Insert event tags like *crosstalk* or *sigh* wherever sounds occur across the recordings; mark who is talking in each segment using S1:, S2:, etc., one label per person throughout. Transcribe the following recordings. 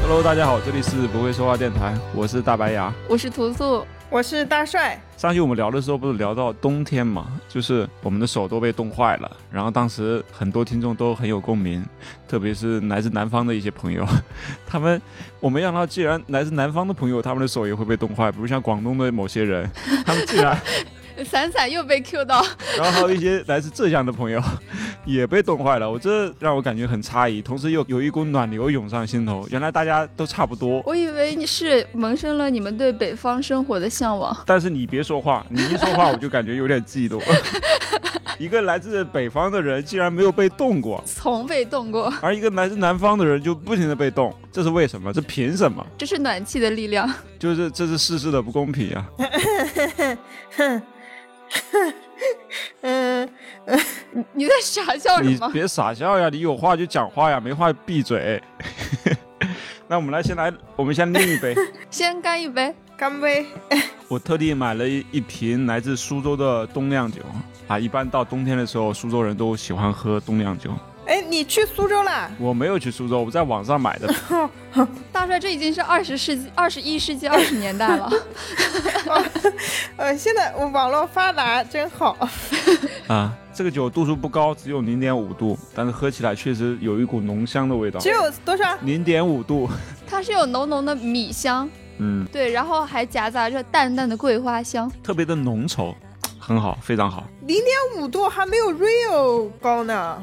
S1: Hello，大家好，这里是不会说话电台，我是大白牙。
S2: 我是图图，
S3: 我是大帅，
S1: 上期我们聊的时候不是聊到冬天嘛，就是我们的手都被冻坏了，然后当时很多听众都很有共鸣，特别是来自南方的一些朋友， *laughs* 他们我没想到，既然来自南方的朋友，他们的手也会被冻坏，比如像广东的某些人， *laughs* 他们竟然，
S2: 闪闪又被 Q 到，
S1: 然后还有一些来自浙江的朋友 *laughs* 也被冻坏了，我这让我感觉很诧异，同时又有一股暖流涌上心头，原来大家都差不多，
S2: 我以为你是萌生了你们对北方生活的向往。
S1: 但是你别说话，你一说话我就感觉有点嫉妒。 *laughs* 一个来自北方的人竟然没有被冻过，
S2: 从被冻过，
S1: 而一个来自南方的人就不停的被冻，这是为什么？这凭什么？
S2: 这是暖气的力量。
S1: 就是这是世事的不公平啊！
S3: 哼，嗯，
S2: 你你在傻笑什
S1: 你
S2: 么？
S1: 别傻笑呀，你有话就讲话呀，没话闭嘴。 *laughs* 那我们来先来，我们先拎一杯。
S2: 先干一杯，
S3: 干杯！
S1: 我特地买了一一瓶来自苏州的冬酿酒啊，一般到冬天的时候，苏州人都喜欢喝冬酿酒。
S3: 哎，你去苏州
S1: *laughs*
S3: 啦？
S1: 我没有去苏州，我在网上买的。
S2: 大帅，这已经是二十世纪、二十一世纪、二十年代
S1: *laughs*
S2: 了。
S3: 呃，现在网络发达真好。
S1: 啊，这个酒度数不高，只有零点五度，但是喝起来确实有一股浓香的味道
S3: 只。有多少？
S1: 零点五度，
S2: 它是有浓浓的米香，
S1: 嗯，
S2: 对，然后还夹杂着淡淡的桂花香。
S1: 特别的浓稠，很好，非常好。
S3: 零点五度，还没有 Rio 高呢。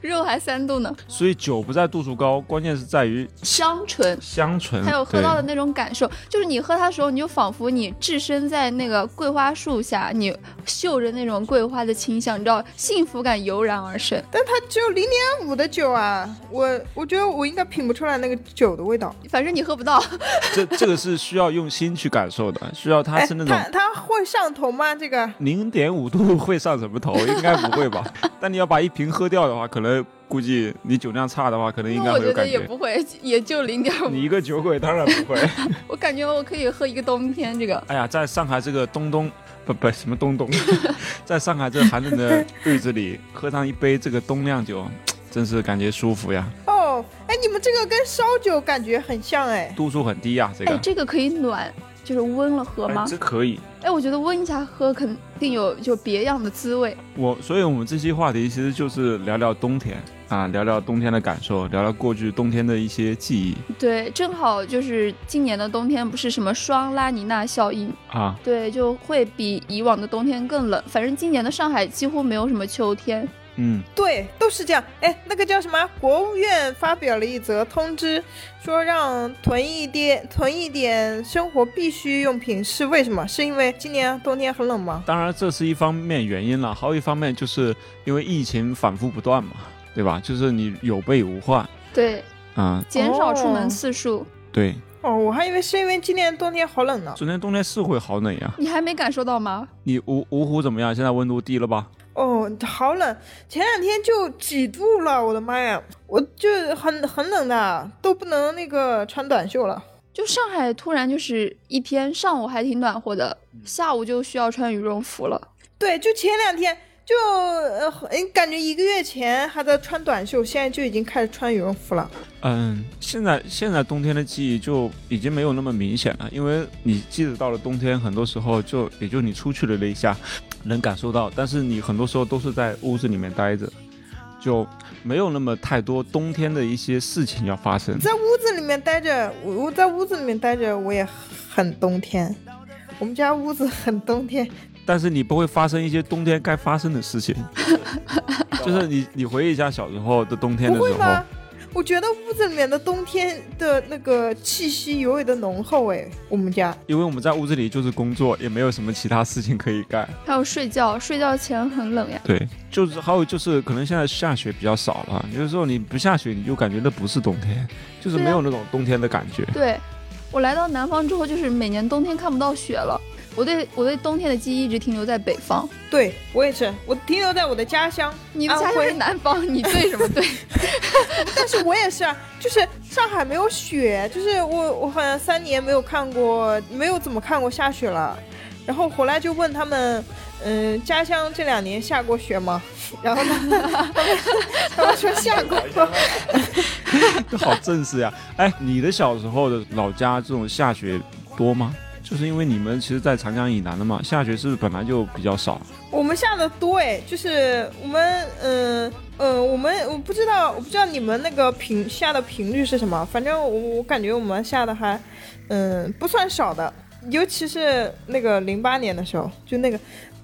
S2: 肉还三度呢，
S1: 所以酒不在度数高，关键是在于
S2: 香醇，
S1: 香醇，
S2: 还有喝到的
S1: 嗯对
S2: 那种感受，就是你喝它的时候，你就仿佛你置身在那个桂花树下，你嗅着那种桂花的清香，你知道幸福感油然而生。
S3: 但它只有零点五的酒啊，我我觉得我应该品不出来那个酒的味道。
S2: 反正你喝不到，
S1: 这这个是需要用心去感受
S2: *laughs*
S1: 的，需要它
S3: 哎，
S1: 是那种
S3: 它它会上头吗？这个
S1: 零点五度会上什么头？应该不会吧？ *laughs* 但你要把一瓶喝掉的话，可能估计你酒量差的话，可 *laughs* 能应
S2: 那
S1: 该
S2: 我
S1: 会有
S2: 觉
S1: 感
S2: 得也
S1: 觉。
S2: 不会，也就零点五。
S1: 你一个酒鬼当然不会。
S2: 我感觉我可以喝一个冬天这个。
S1: 哎呀，在上海这个冬冬不不什么冬
S2: *laughs*
S1: 冬，在上海这寒冷的日子里，喝上一杯这个冬酿酒，真是感觉舒服呀，
S3: 哦，哎，你们这个跟烧酒感觉很像哎。
S1: 度数很低呀，这个。
S2: 哎，这个可以暖，就是温了喝
S1: 哎
S2: 吗？
S1: 这可以。
S2: 哎，我觉得温一下喝肯定有就别样的滋味。
S1: 我，所以我们这期话题其实就是聊聊冬天啊，聊聊冬天的感受，聊聊过去冬天的一些记忆
S2: 对，正好就是今年的冬天不是什么双拉尼娜效应，
S1: 啊。
S2: 对，就会比以往的冬天更冷。反正今年的上海几乎没有什么秋天。
S1: 嗯，
S3: 对，都是这样。哎，那个叫什么？国务院发表了一则通知，说让囤一点囤一点生活必需用品，是为什么？是因为今年冬天很冷吗？
S1: 当然这是一方面原因了，还有一方面就是因为疫情反复不断嘛，对吧？就是你有备无患
S2: 对，
S1: 啊。
S2: 减少出门
S3: 哦
S2: 次数。
S1: 对，
S3: 哦，我还以为是因为今年冬天好冷呢。
S1: 昨天冬天是会好冷呀。
S2: 你还没感受到吗？
S1: 你芜芜湖怎么样？现在温度低了吧？
S3: 哦，好冷，前两天就几度了，我的妈呀，我就很很冷的，都不能那个穿短袖了。
S2: 就上海突然就是一天上午还挺暖和的，下午就需要穿羽绒服了。
S3: 对，就前两天。就呃，很感觉一个月前还在穿短袖，现在就已经开始穿羽绒服了。
S1: 嗯，现在现在冬天的记忆就已经没有那么明显了，因为你即使到了冬天，很多时候就也就你出去了那一下，能感受到，但是你很多时候都是在屋子里面待着，就没有那么太多冬天的一些事情要发生。
S3: 在屋子里面待着，我我在屋子里面待着，我也很冬天。我们家屋子很冬天，
S1: 但是你不会发生一些冬天该发生的事
S3: *laughs*
S1: 情，就是你你回忆一下小时候的冬天
S3: 不
S1: 的
S3: 会
S1: 时候
S3: 吗，？我觉得屋子里面的冬天的那个气息尤为的浓厚哎，我们家
S1: 因为我们在屋子里就是工作，也没有什么其他事情可以干。
S2: 还有睡觉，睡觉前很冷呀。
S1: 对，就是还有就是，可能现在下雪比较少了，有的时候你不下雪，你就感觉那不是冬天，就是
S2: 对啊
S1: 没有那种冬天的感觉。
S2: 对，我来到南方之后，就是每年冬天看不到雪了。我对我对冬天的记忆一直停留在北方。
S3: 对我也是，我停留在我的家乡，
S2: 你的家
S3: 安
S2: 乡
S3: 徽
S2: 是南方，你对什么对？
S3: 但是我也是啊，就是上海没有雪，就是我我好像三年没有看过，没有怎么看过下雪了。然后回来就问他们，嗯，家乡这两年下过雪吗？然后呢，他们说下过，
S1: 这好正式呀！哎，你的小时候的老家这种下雪多吗？就是因为你们其实，在长江以南的嘛，下雪是不是本来就比较少？
S3: 我们下的多哎，就是我们，嗯、嗯，我们我不知道，我不知道你们那个频下的频率是什么，反正我我感觉我们下的还，嗯，不算少的，尤其是那个零八年的时候，就那个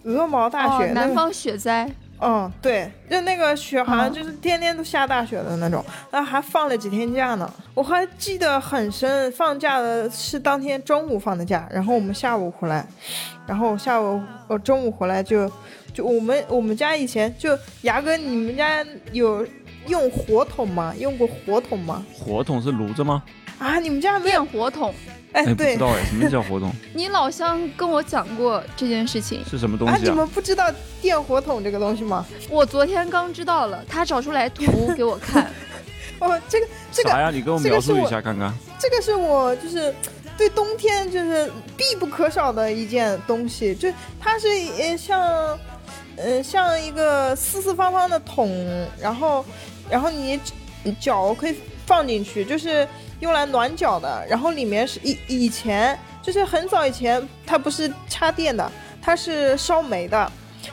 S3: 鹅毛 *laughs* 大雪，
S2: 哦、
S3: 那
S2: 南
S3: 个
S2: 方雪灾，
S3: 嗯，对，就那个雪好像
S2: 嗯
S3: 就是天天都下大雪的那种，然后还放了几天假呢。我还记得很深，放假的是当天中午放的假，然后我们下午回来，然后下午我中午回来就就我们我们家以前就牙哥，你们家有用火筒吗？用过火筒吗？
S1: 火筒是炉子吗？
S3: 啊，你们家没有？
S2: 电火筒。
S3: 哎，
S1: 哎，不
S3: 对
S1: 知，道哎，什么叫
S3: *laughs*
S1: 火筒？
S2: 你老乡跟我讲过这件事情，
S1: 是什么东
S3: 啊，
S1: 西
S3: 你
S1: 啊？
S3: 们不知道电火筒这个东西吗？
S2: 我昨天刚知道了，他找出来图给我
S1: *laughs*
S2: 看。
S3: 哦，这个这个
S1: 啥呀？你给我
S3: 这个
S1: 描
S3: 是
S1: 述一
S3: 我
S1: 下看看。
S3: 这个是我就是对冬天就是必不可少的一件东西，就它是呃像呃像一个四四方方的桶，然后然后你脚可以放进去，就是用来暖脚的。然后里面是以以前就是很早以前它不是插电的，它是烧煤的。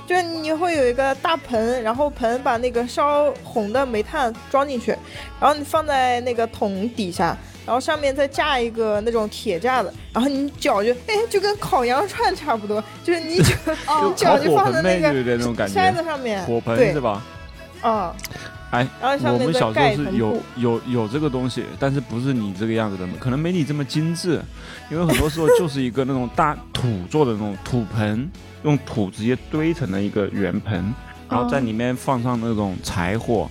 S3: 就是你会有一个大盆，然后盆把那个烧红的煤炭装进去，然后你放在那个桶底下，然后上面再架一个那种铁架子，然后你脚就哎就跟烤羊肉串差不多，就是你脚
S2: 哦
S3: 你
S1: 烤
S3: 脚就
S1: 火
S3: 放在
S1: 盆呗，
S3: 那
S1: 就
S3: 个
S1: 有点那种 *laughs* 感
S3: 筛
S1: 觉。
S3: 子上面，
S1: 火盆
S3: 对
S1: 是吧？
S3: 啊，
S1: 哎，
S3: 然后上
S1: 我
S3: 面
S1: 们
S3: 再
S1: 小时
S3: 盖
S1: 候
S3: 一层
S1: 是
S3: 布
S1: 有。有有这个东西，但是不是你这个样子的，可能没你这么精致，因为很多时候就是一个那种大土做的那种土盆，用土直接堆成的一个圆盆，然后
S3: 哦
S1: 在里面放上那种柴火，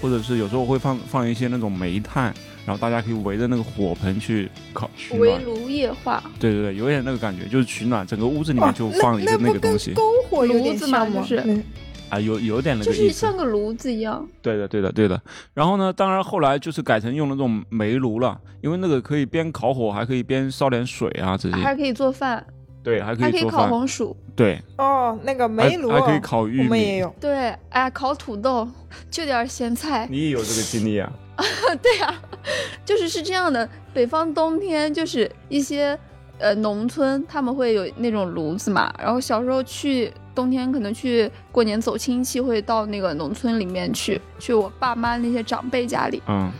S1: 或者是有时候会放放一些那种煤炭，然后大家可以围着那个火盆去烤取
S2: 围
S1: 暖。
S2: 炉夜话，
S1: 对对对，有点那个感觉，就是取暖，整个屋子里
S3: 哇
S1: 面就放一个
S3: 哦那
S1: 个东西
S3: 那不跟篝火有
S2: 炉
S3: 点
S2: 子嘛
S3: 像吗？
S2: 就是
S3: 嗯
S1: 啊，有有点那
S2: 就
S1: 个意
S2: 是
S1: 思
S2: 像。个炉子一样。
S1: 对的，对的，对的。然后呢，当然后来就是改成用那种煤炉了，因为那个可以边烤火，还可以边烧点水啊，这
S2: 还
S1: 些。
S2: 可以做饭，
S1: 对，还可
S2: 还可
S1: 以
S2: 以
S1: 做
S2: 烤
S1: 饭。
S2: 红啊薯，
S1: 对，
S3: 哦，那个
S1: 还
S3: 煤炉
S1: 还可以烤玉
S3: 我们也
S1: 米。
S3: 有。
S2: 对，哎，烤土豆，就点儿咸菜，
S1: 你也有这个经历啊？
S2: 对呀、就是是这样的，北方冬天就是一些呃农村他们会有那种炉子嘛，然后小时候去冬天可能去过年走亲戚会到那个农村里面去，去我爸妈那些长辈家里， *laughs*
S1: 嗯，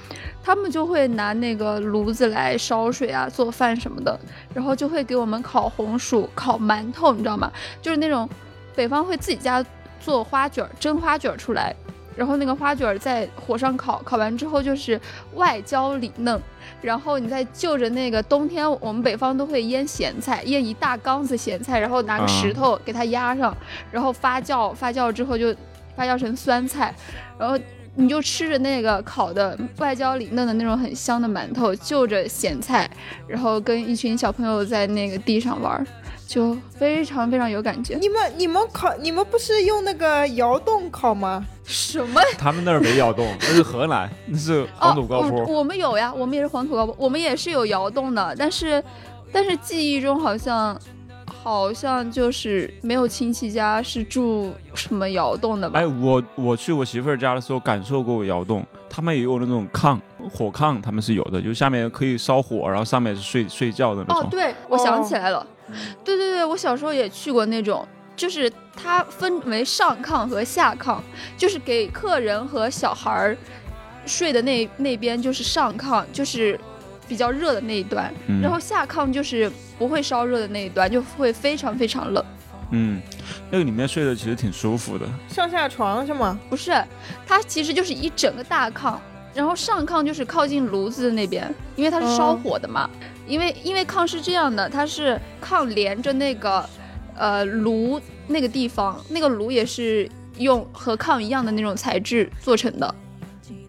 S2: 他们就会拿那个炉子来烧水啊、做饭什么的，然后就会给我们烤红薯、烤馒头，你知道吗？就是那种北方会自己家做花卷儿，蒸花卷儿出来，然后那个花卷儿在火上烤，烤完之后就是外焦里嫩，然后你再就着那个冬天我们北方都会腌咸菜，腌一大缸子咸菜，然后拿个
S1: 啊
S2: 石头给它压上，然后发酵，发酵之后就发酵成酸菜，然后你就吃着那个烤的外焦里嫩的那种很香的馒头，就着咸菜，然后跟一群小朋友在那个地上玩儿，就非常非常有感觉。
S3: 你们你们烤你们不是用那个窑洞烤吗？
S2: 什么？
S1: 他们那儿没窑洞，那是河南，那是 *laughs* 黄土高坡。
S2: 哦我。我们有呀，我们也是黄土高坡，我们也是有窑洞的，但是但是记忆中好像好像就是没有亲戚家是住什么窑洞的吧？
S1: 哎，我我去我媳妇儿家的时候感受过窑洞，他们也有那种炕，火炕他们是有的，就下面可以烧火，然后上面是睡睡觉的那
S2: 哦
S1: 种，。哦
S2: 对，我想起来了，对对对，我小时候也去过那种，就是它分为上炕和下炕，就是给客人和小孩儿睡的那那边就是上炕，就是比较热的那一端，
S1: 嗯
S2: 然后下炕就是不会烧热的那一端，就会非常非常冷。
S1: 嗯，那个里面睡的其实挺舒服的。
S3: 上下床是吗？
S2: 不是，它其实就是一整个大炕，然后上炕就是靠近炉子那边，因为它是烧火的嘛。因为因为炕是这样的，它是炕连着那个呃炉那个地方，那个炉也是用和炕一样的那种材质做成的，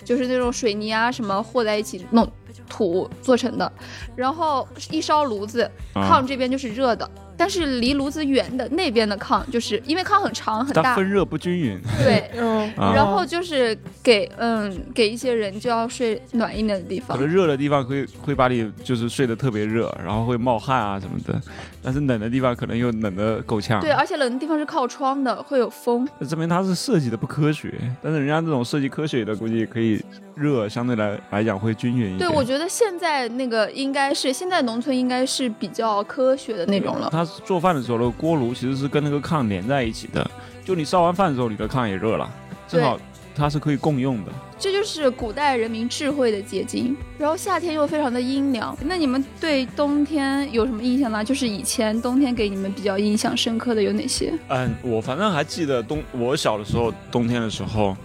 S2: 就是那种水泥啊什么和在一起弄土做成的。然后一烧炉子，
S1: 啊
S2: 炕这边就是热的，但是离炉子远的那边的炕，就是因为炕很长很
S1: 它
S2: 大，
S1: 分热不均匀。
S2: 对。
S3: 嗯，
S1: 啊
S2: 然后就是给嗯给一些人就要睡暖一点的地
S1: 可
S2: 方
S1: 能，热的地方会会把你就是睡得特别热，然后会冒汗啊什么的，但是冷的地方可能又冷得够呛。
S2: 对，，啊而且冷的地方是靠窗的，会有风。
S1: 那证明它是设计的不科学。但是人家这种设计科学的，估计可以热相对来来讲会均匀一
S2: 对，
S1: 点。
S2: 我觉得现在那个应该是现在农村应该是比较科学的那种了。
S1: 他做饭的时候的锅炉其实是跟那个炕连在一起的，就你烧完饭的时候，你的炕也热了，正好它是可以共用的。
S2: 这就是古代人民智慧的结晶。然后夏天又非常的阴凉，那你们对冬天有什么印象呢？就是以前冬天给你们比较印象深刻的有哪些？
S1: 嗯，我反正还记得冬，我小的时候冬天的时候，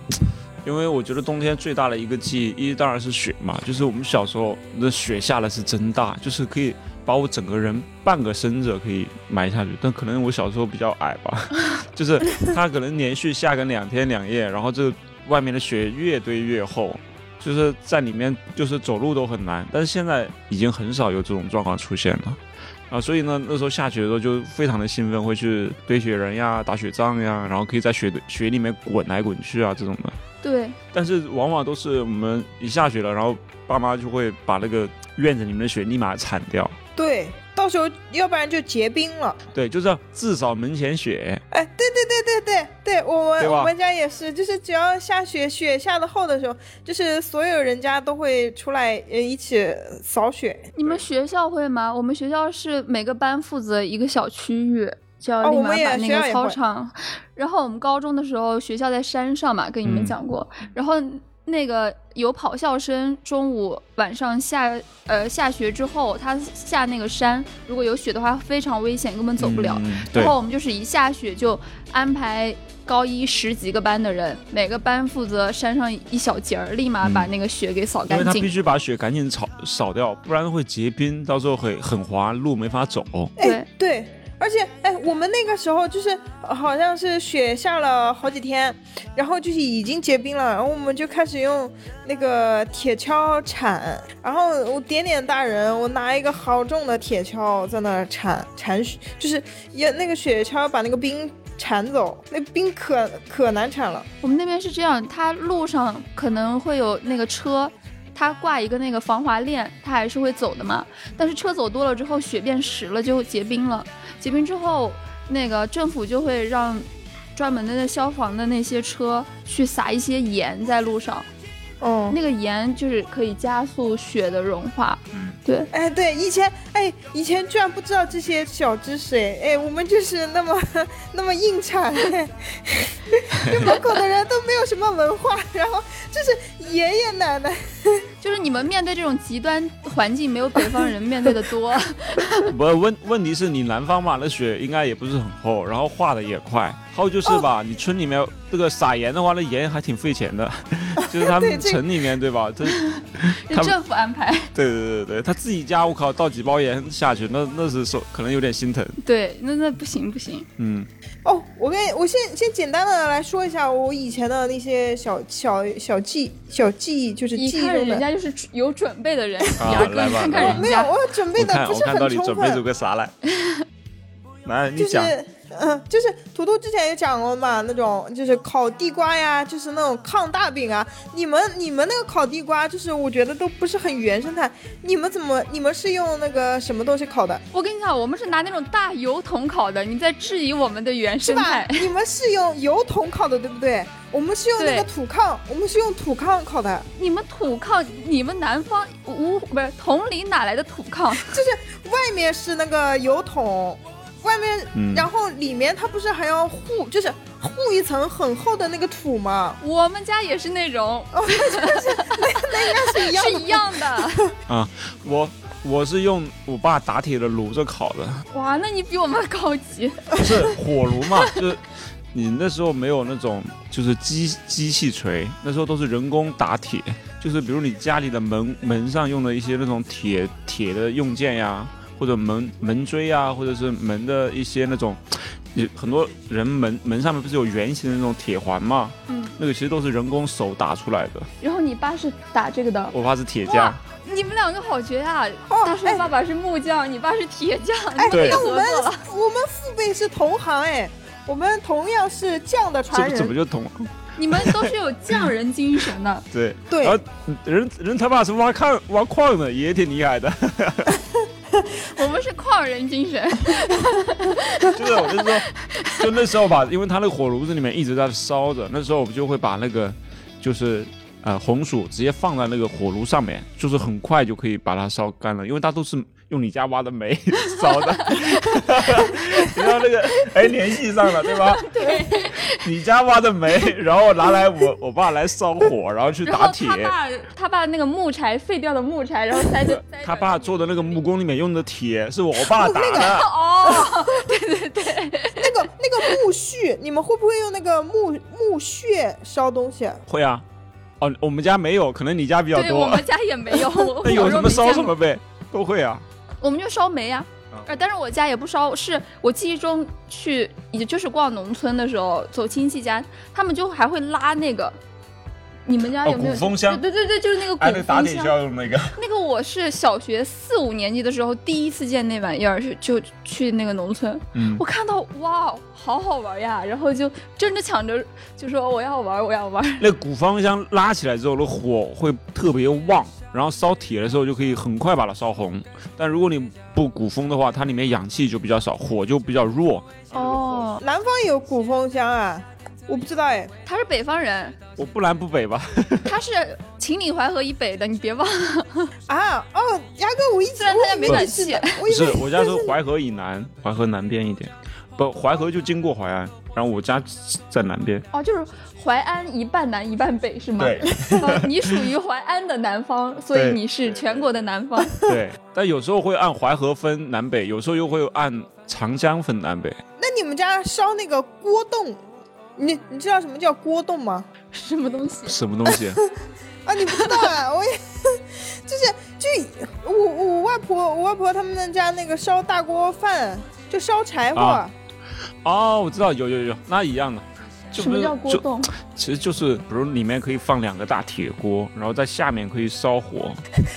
S1: 因为我觉得冬天最大的一个记忆，一当然是雪嘛，就是我们小时候那雪下的是真大，就是可以把我整个人半个身子可以埋下去，但可能我小时候比较矮吧， *laughs* 就是它可能连续下个两天两夜，然后这个外面的雪越堆越厚。就是在里面，就是走路都很难，但是现在已经很少有这种状况出现了。啊，所以呢，那时候下雪的时候就非常的兴奋，会去堆雪人呀、打雪仗呀，然后可以在雪雪里面滚来滚去啊这种的。
S2: 对，
S1: 但是往往都是我们一下雪了，然后爸妈就会把那个院子里面的雪立马铲掉。
S3: 对，到时候要不然就结冰了。
S1: 对，就是要至少门前雪。
S3: 哎，对对对对对对，我们
S1: 对吧
S3: 我们家也是，就是只要下雪，雪下的厚的时候，就是所有人家都会出来呃一起扫雪。
S2: 你们学校会吗？我们学校是每个班负责一个小区域。就
S3: 哦
S2: 要立
S3: 我
S2: 马
S3: 们也
S2: 把那
S3: 学校
S2: 个
S3: 也
S2: 操
S3: 会
S2: 场，然后我们高中的时候，学校在山上嘛，跟你们
S1: 嗯
S2: 讲过，然后那个有跑校生，中午晚上下呃下学之后，他下那个山，如果有雪的话，非常危险，根本走不了。
S1: 嗯对
S2: 然，后我们就是一下雪就安排高一十几个班的人，每个班负责山上一小节儿，立马把那个雪给扫
S1: 因为
S2: 干
S1: 他
S2: 净。
S1: 必须把雪赶紧扫扫掉，不然会结冰，到时候很很滑，路没法走。
S2: 对
S3: 哎，对，而且哎，我们那个时候就是呃好像是雪下了好几天，然后就是已经结冰了，然后我们就开始用那个铁锹铲，然后我点点大人，我拿一个好重的铁锹在那儿铲铲雪，就是也那个雪橇把那个冰铲走，那冰可可难铲了。
S2: 我们那边是这样，它路上可能会有那个车，它挂一个那个防滑链，它还是会走的嘛。但是车走多了之后，雪变实了，就结冰了。结冰之后，那个政府就会让专门的那消防的那些车去撒一些盐在路上，
S3: 嗯，
S2: 那个盐就是可以加速雪的融化。
S1: 嗯
S3: 哎，对，以前哎，以前居然不知道这些小知识哎，哎，我们就是那么 *laughs* 那么硬产，哎 *laughs* 就门口的人都没有什么文化，然后就是爷爷奶奶，
S2: 就是你们面对这种极端环境，没有北方人面对的多。
S1: 不，问问题是你南方嘛，那雪应该也不是很厚，然后化的也快。还有就是
S3: 哦
S1: 吧，你村里面这个撒盐的话，那盐还挺费钱
S3: *laughs*
S1: 的，就是他
S3: 对
S1: 们
S3: 这个
S1: 城里面对吧？这
S2: 就
S1: *laughs* 他们
S2: 政府安排， *laughs*
S1: 对对对对，他自己家我靠倒几包盐下去，那那是手可能有点心疼。
S2: 对，那那不行不行，
S1: 嗯，
S3: 哦，我跟我先先简单的来说一下我以前的那些小小小记小记忆，就是
S2: 一
S3: 记忆
S2: 看
S3: 中
S2: 人
S3: 的。
S2: 家就是有准备的人，
S1: 啊
S2: 雅哥
S1: 来
S2: *laughs* 你
S1: 吧
S2: 看
S1: 来
S2: 看
S1: 吧
S2: 人
S3: 没有，
S2: 家，
S3: 我准备
S1: 我
S3: 的
S1: 看
S3: 不
S1: 我
S3: 是
S1: 看到
S3: 很
S1: 底
S3: 充
S1: 准备出
S3: 分，啊
S1: 个啥
S3: *laughs*
S1: 来？来，你
S3: 就是
S1: 讲。
S3: 嗯，就是图图之前也讲过嘛，那种就是烤地瓜呀，就是那种炕大饼啊。你们你们那个烤地瓜，就是我觉得都不是很原生态。你们怎么你们是用那个什么东西烤的，
S2: 我跟你讲，我们是拿那种大油桶烤的，你在质疑我们的原
S3: 是
S2: 生
S3: 吧？
S2: 态？
S3: 你们是用油桶烤的，对不对？我们是用那个土炕，我们是用土炕烤的。
S2: 你们土炕，你们南方无不是同里哪来的土炕？
S3: 外面是那个油桶，外面，
S1: 嗯
S3: 然后里面它不是还要糊，就是糊一层很厚的那个土吗？
S2: 我们家也是那
S3: 哦
S2: 种，
S3: 是一
S2: *laughs* 是
S3: 样的
S2: 一样的。
S1: 我我是用我爸打铁的炉子烤的，
S2: 哇，那你比我们高级。
S1: 不是火炉嘛，就是你那时候没有那种就是机机器锤，那时候都是人工打铁，就是比如你家里的门门上用的一些那种铁铁的用件呀，或者门门锥啊，或者是门的一些那种也很多人门门上面不是有圆形的那种铁环吗？
S2: 嗯，
S1: 那个其实都是人工手打出来的，
S2: *laughs* 然后你爸是打这个的，
S1: 我爸是铁
S2: 哇
S1: 匠。
S2: 你们两个好绝啊！
S3: 哦
S2: 大叔
S3: 哎
S2: 爸爸是木匠，你爸是铁匠，你
S3: 哎
S2: 们
S1: 对
S2: 太
S3: 那我
S2: 合
S3: 们
S2: 作了。
S3: 我们父辈是同行哎，我们同样是匠的
S1: 这
S3: 传
S1: 不怎么就
S3: 人。
S1: 懂？
S2: 你们都是有匠人精神的。
S1: 对，
S3: 对
S1: 然，后人人他爸是挖矿挖矿的，也挺厉害的。
S2: 我们是矿人精神，
S1: 就是我就说，就那时候吧，因为他那个火炉子里面一直在烧着，那时候我们就会把那个就是呃红薯直接放在那个火炉上面，就是很快就可以把它烧干了，因为它都是用你家挖的煤烧的，然后那个哎联系上了对吧？
S2: 对。
S1: 你家挖的煤，然后拿来我我爸来烧火，然后去
S2: 然
S1: 打
S2: 后
S1: 铁
S2: 他。爸他爸那个木柴废掉的木柴，然后
S1: *laughs*
S2: 塞着塞着
S1: 他爸做的那个木工里面用的铁是我爸打的，
S2: 哦，
S3: 那个那个木絮，你们会不会用那个木木屑烧东西啊？
S1: 会啊，哦，我们家没有，可能你家比较
S2: 对我
S1: 多。
S2: 们家也没
S1: *laughs*
S2: 有，我
S1: 那哎有什么烧什，
S2: 我小时候没见过
S1: 么呗，都会啊。
S2: 我们就烧煤呀、
S1: 啊
S2: 呃，但是我家也不烧，是我记忆中去，也就是逛农村的时候，走亲戚家，他们就还会拉那个，你们家
S1: 哦
S2: 有没有？
S1: 鼓风箱
S2: 对对对，就是那个鼓风箱。
S1: 用那个，
S2: 那个我是小学四五年级的时候第一次见那玩意儿，是就去那个农村，
S1: 嗯
S2: *laughs* 我，看到哇，好好玩呀，然后就争着抢着就说我要玩，我要玩。
S1: 那鼓方箱拉起来之后，那火会特别旺，然后烧铁的时候就可以很快把它烧红。但如果你不鼓风的话，它里面氧气就比较少，火就比较弱。
S2: 哦，
S3: 南方有鼓风箱啊？我不知道哎，
S2: 他是北方人，
S1: 我不南不北吧，
S2: 他是秦岭淮河以北的，你别忘了，
S3: 啊哦，牙哥，我一直
S2: 虽然他家没暖
S3: 我一直
S2: 气。
S3: 我
S1: 不
S3: 以
S1: 是
S3: 为
S1: 我家是淮河以南，淮河南边一点，不，淮河就经过淮安，然后我家在南边。
S2: 哦，就是淮安一半南一半北是吗？
S1: 对
S2: 哦你属于淮安的南方，所以
S1: 对
S2: 你是全国的南方。
S1: 对，但有时候会按淮河分南北，有时候又会按长江分南北。
S3: 那你们家烧那个锅洞，你你知道什么叫锅洞吗？
S2: *laughs* 什么东西？
S1: 什么东西？
S3: 啊，你不知道
S1: *laughs*
S3: 啊，我也就是就我我外婆我外婆他们家那个烧大锅饭，就烧柴火，
S1: 啊哦，我知道，有有有，那一样的。就不
S2: 什么
S1: 是
S2: 叫锅
S1: 就
S2: 洞？
S1: 其实就是，比如里面可以放两个大铁锅，然后在下面可以烧火，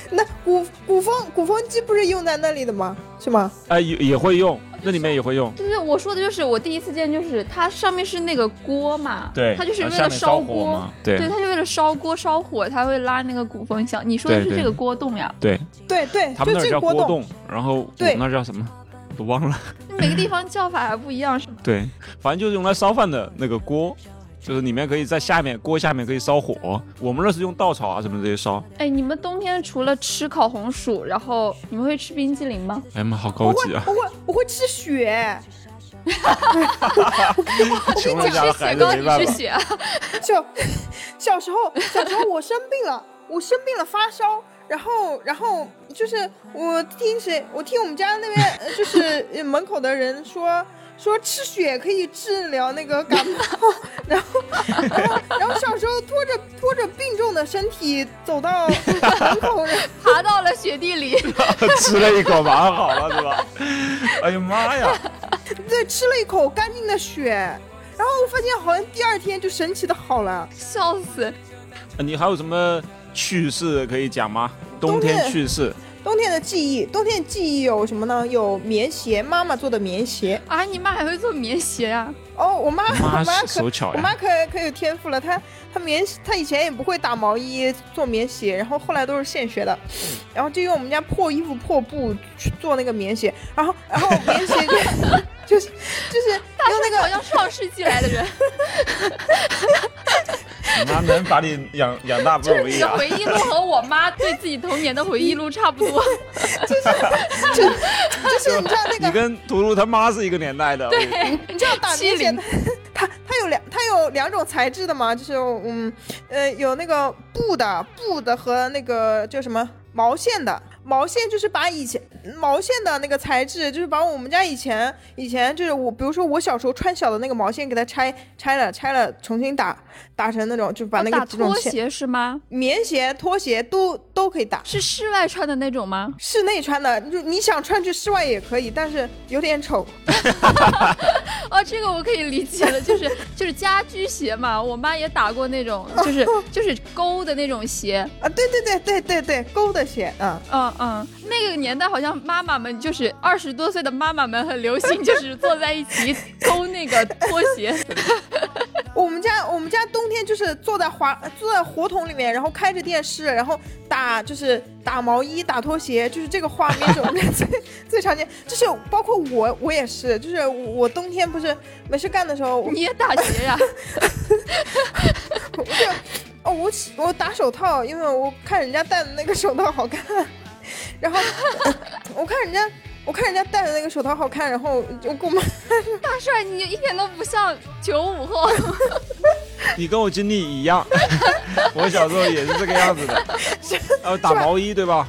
S3: 那鼓鼓风鼓风机不是用在那里的吗？是吗？
S1: 哎、也也会用，那里面也会用。
S2: 就是我说的，就是我第一次见，就是它上面是那个锅嘛，它就是为
S1: 呃然后下
S2: 了
S1: 面
S2: 烧
S1: 烧
S2: 锅，
S1: 嘛，对
S2: 对，他就为了烧锅烧火，他会拉那个鼓风箱。你说的
S1: 对
S2: 是
S1: 对
S2: 这个锅洞呀？
S1: 对，
S3: 对对，
S1: 他们
S3: 就
S1: 那儿
S3: 这
S1: 叫
S3: 个
S1: 锅
S3: 洞。
S1: 洞，然后我
S3: 对
S1: 们那儿叫什么？我忘了。
S2: 每个地方叫法还不一样，是吗？
S1: 对，反正就是用来烧饭的那个锅，就是里面可以在下面锅下面可以烧火。我们那是用稻草啊什么这些烧。
S2: 哎，你们冬天除了吃烤红薯，然后你们会吃冰激凌吗？
S1: 哎呀妈，好
S3: 我
S1: 高
S3: 会
S1: 级啊！
S3: 我会我会吃雪，
S1: 穷
S2: 你
S1: 人家的
S2: 吃
S1: 孩子
S2: 雪糕，
S1: 没
S2: 你
S1: 办
S2: 吃
S1: 法。
S2: 雪啊？
S3: 小 *laughs* 小时候，小时候我生病了，我生病了发烧，然后然后就是我听谁，我听我们家那边呃就是呃门口的人说。说吃雪可以治疗那个感冒， *laughs* 然后，然后，然后小时候拖着拖着病重的身体走到门口，然后
S2: *laughs* 爬到了雪地里，
S1: *laughs* 吃了一口，马上好了，是吧？ *laughs* 哎呀妈呀！
S3: 对，吃了一口干净的雪，然后我发现好像第二天就神奇的好了。
S2: 笑死！
S1: 呃你还有什么趣事可以讲吗？冬
S3: 冬
S1: 天
S3: 天
S1: 趣事，
S3: 冬天的记忆，冬天记忆有什么呢？有棉鞋，妈妈做的棉鞋。
S2: 啊，你妈还会做棉鞋啊？
S3: 哦，我妈，
S1: 妈
S3: 我妈可
S1: 手巧
S3: 我妈
S1: 呀，
S3: 可可有天赋了，她她棉她以前也不会打毛衣做棉鞋，然后后来都是现学的，然后就用我们家破衣服破布去做那个棉鞋，然后然后棉鞋就 *laughs* 就是就是
S2: 大
S3: 用那
S2: 叔好
S3: 个
S2: 像上世纪来的人，
S1: 你妈能把你养养 *laughs* 大不
S2: 就是
S1: 容
S2: 你
S1: 易
S2: 的
S3: *laughs*
S1: 啊！
S2: 回忆录和我妈对自己童年的回忆录差不多。
S3: 就是你知道那
S1: 你
S3: 个
S1: 跟图图他妈是一个年代的，对，
S3: 你知道打棉
S2: *laughs* 欺
S3: 鞋 *laughs*
S2: 凌
S3: 它它有两它有两种材质的嘛，就是嗯呃有那个布的布的和那个叫什么毛线的。毛线就是把以前毛线的那个材质，就是把我们家以前以前就是我，比如说我小时候穿小的那个毛线，给它拆拆了拆了，重新打打成那种，就把那
S2: 哦打
S3: 个几种
S2: 拖
S3: 线，
S2: 鞋是吗？
S3: 棉鞋、拖鞋都都可以打。
S2: 是室外穿的那种
S3: *laughs*
S2: 吗？
S3: 室内穿的，就你想穿去室外也可以，但是有点丑。
S2: 哦，这个我可以理解了，就是 *laughs* 就是家居鞋嘛，我妈也打过那种，就是 *laughs* 就是勾的那种鞋，
S3: 啊，对对对对对对，勾的鞋啊，
S2: 嗯嗯，那个年代好像妈妈们就是二十多岁的妈妈们很流行，就是坐在一起勾那个拖鞋， *laughs*
S3: 我们家我们家冬天就是坐在华坐在胡同里面，然后开着电视，然后打就是打毛衣、打拖鞋，就是这个画面是我们最 *laughs* 最常见。就是包括我我也是，就是我我冬天不是没事干的时候，我
S2: 你也打鞋呀、
S3: 我就哦我起我打手套，因为我看人家戴的那个手套好看，然后我看人家我看人家戴的那个手套好看，然后我跟我妈
S2: 大帅啊你一点都不像九五后，
S1: 你跟我经历一
S3: *laughs*
S1: 样，我小时候也是这个样子的，呃，打毛衣对吧？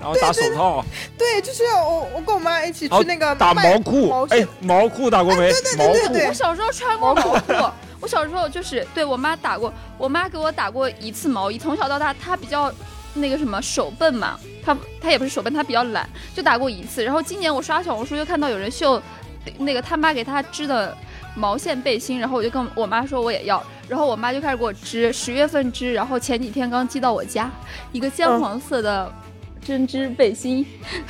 S1: 然后打手套，
S3: 对，就是我我跟我妈一起去那个
S1: 打
S3: 卖
S1: 毛裤
S3: 毛，线啊
S1: 哎，毛裤打过没？毛
S3: 对
S1: 裤
S3: *laughs* 对
S2: 我小时候穿过毛裤，我小时候就是对我妈打过，我妈给我打过一次毛衣。从小到大，她比较那个什么手笨嘛，她她也不是手笨，她比较懒，就打过一次。然后今年我刷小红书就看到有人秀那个他妈给她织的毛线背心，然后我就跟我妈说我也要，然后我妈就开始给我织，十月份织，然后前几天刚寄到我家，一个姜
S3: 嗯
S2: 黄色的针织背心。
S3: *laughs*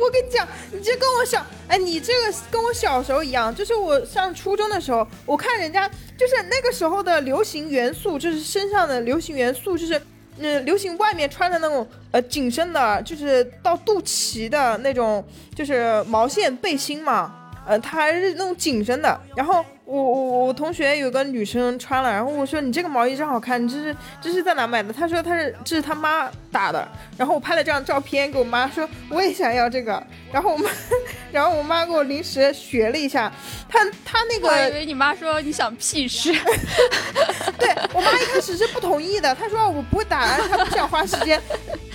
S3: 我跟你讲，你这跟我小，哎，你这个跟我小时候一样，就是我上初中的时候，我看人家就是那个时候的流行元素，就是身上的流行元素，就是嗯、流行外面穿的那种呃紧身的，就是到肚脐的那种，就是毛线背心嘛，呃，它还是那种紧身的。然后我我我同学有个女生穿了，然后我说你这个毛衣真好看，你这是这是在哪买的？她说她是这是她妈打的，然后我拍了张照片给我妈说，我也想要这个。然后我妈， *laughs* 然后我妈给我临时学了一下，她她那
S2: 我还以
S3: 个
S2: *laughs* 为你妈说你想屁吃，
S3: *laughs* 对我妈一开始是不同意的，她说我不会打，她不想花时间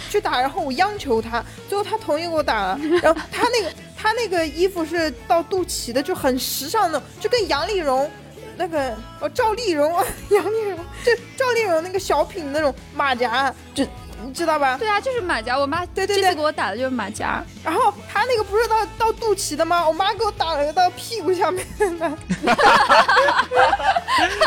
S3: 去打，然后我央求她，最后她同意给我打了。然后她那个她那个衣服是到肚脐的，就很时尚的，就跟杨丽蓉。那个哦，赵丽蓉，杨丽蓉，就赵丽蓉那个小品那种马甲，啊就你知道吧？
S2: 对啊，就是马甲。我妈
S3: 对对
S2: 这
S3: 对
S2: 次给我打的就是马甲。
S3: 然后她那个不是到到肚脐的吗？我妈给我打了个到屁股下面的。 *laughs*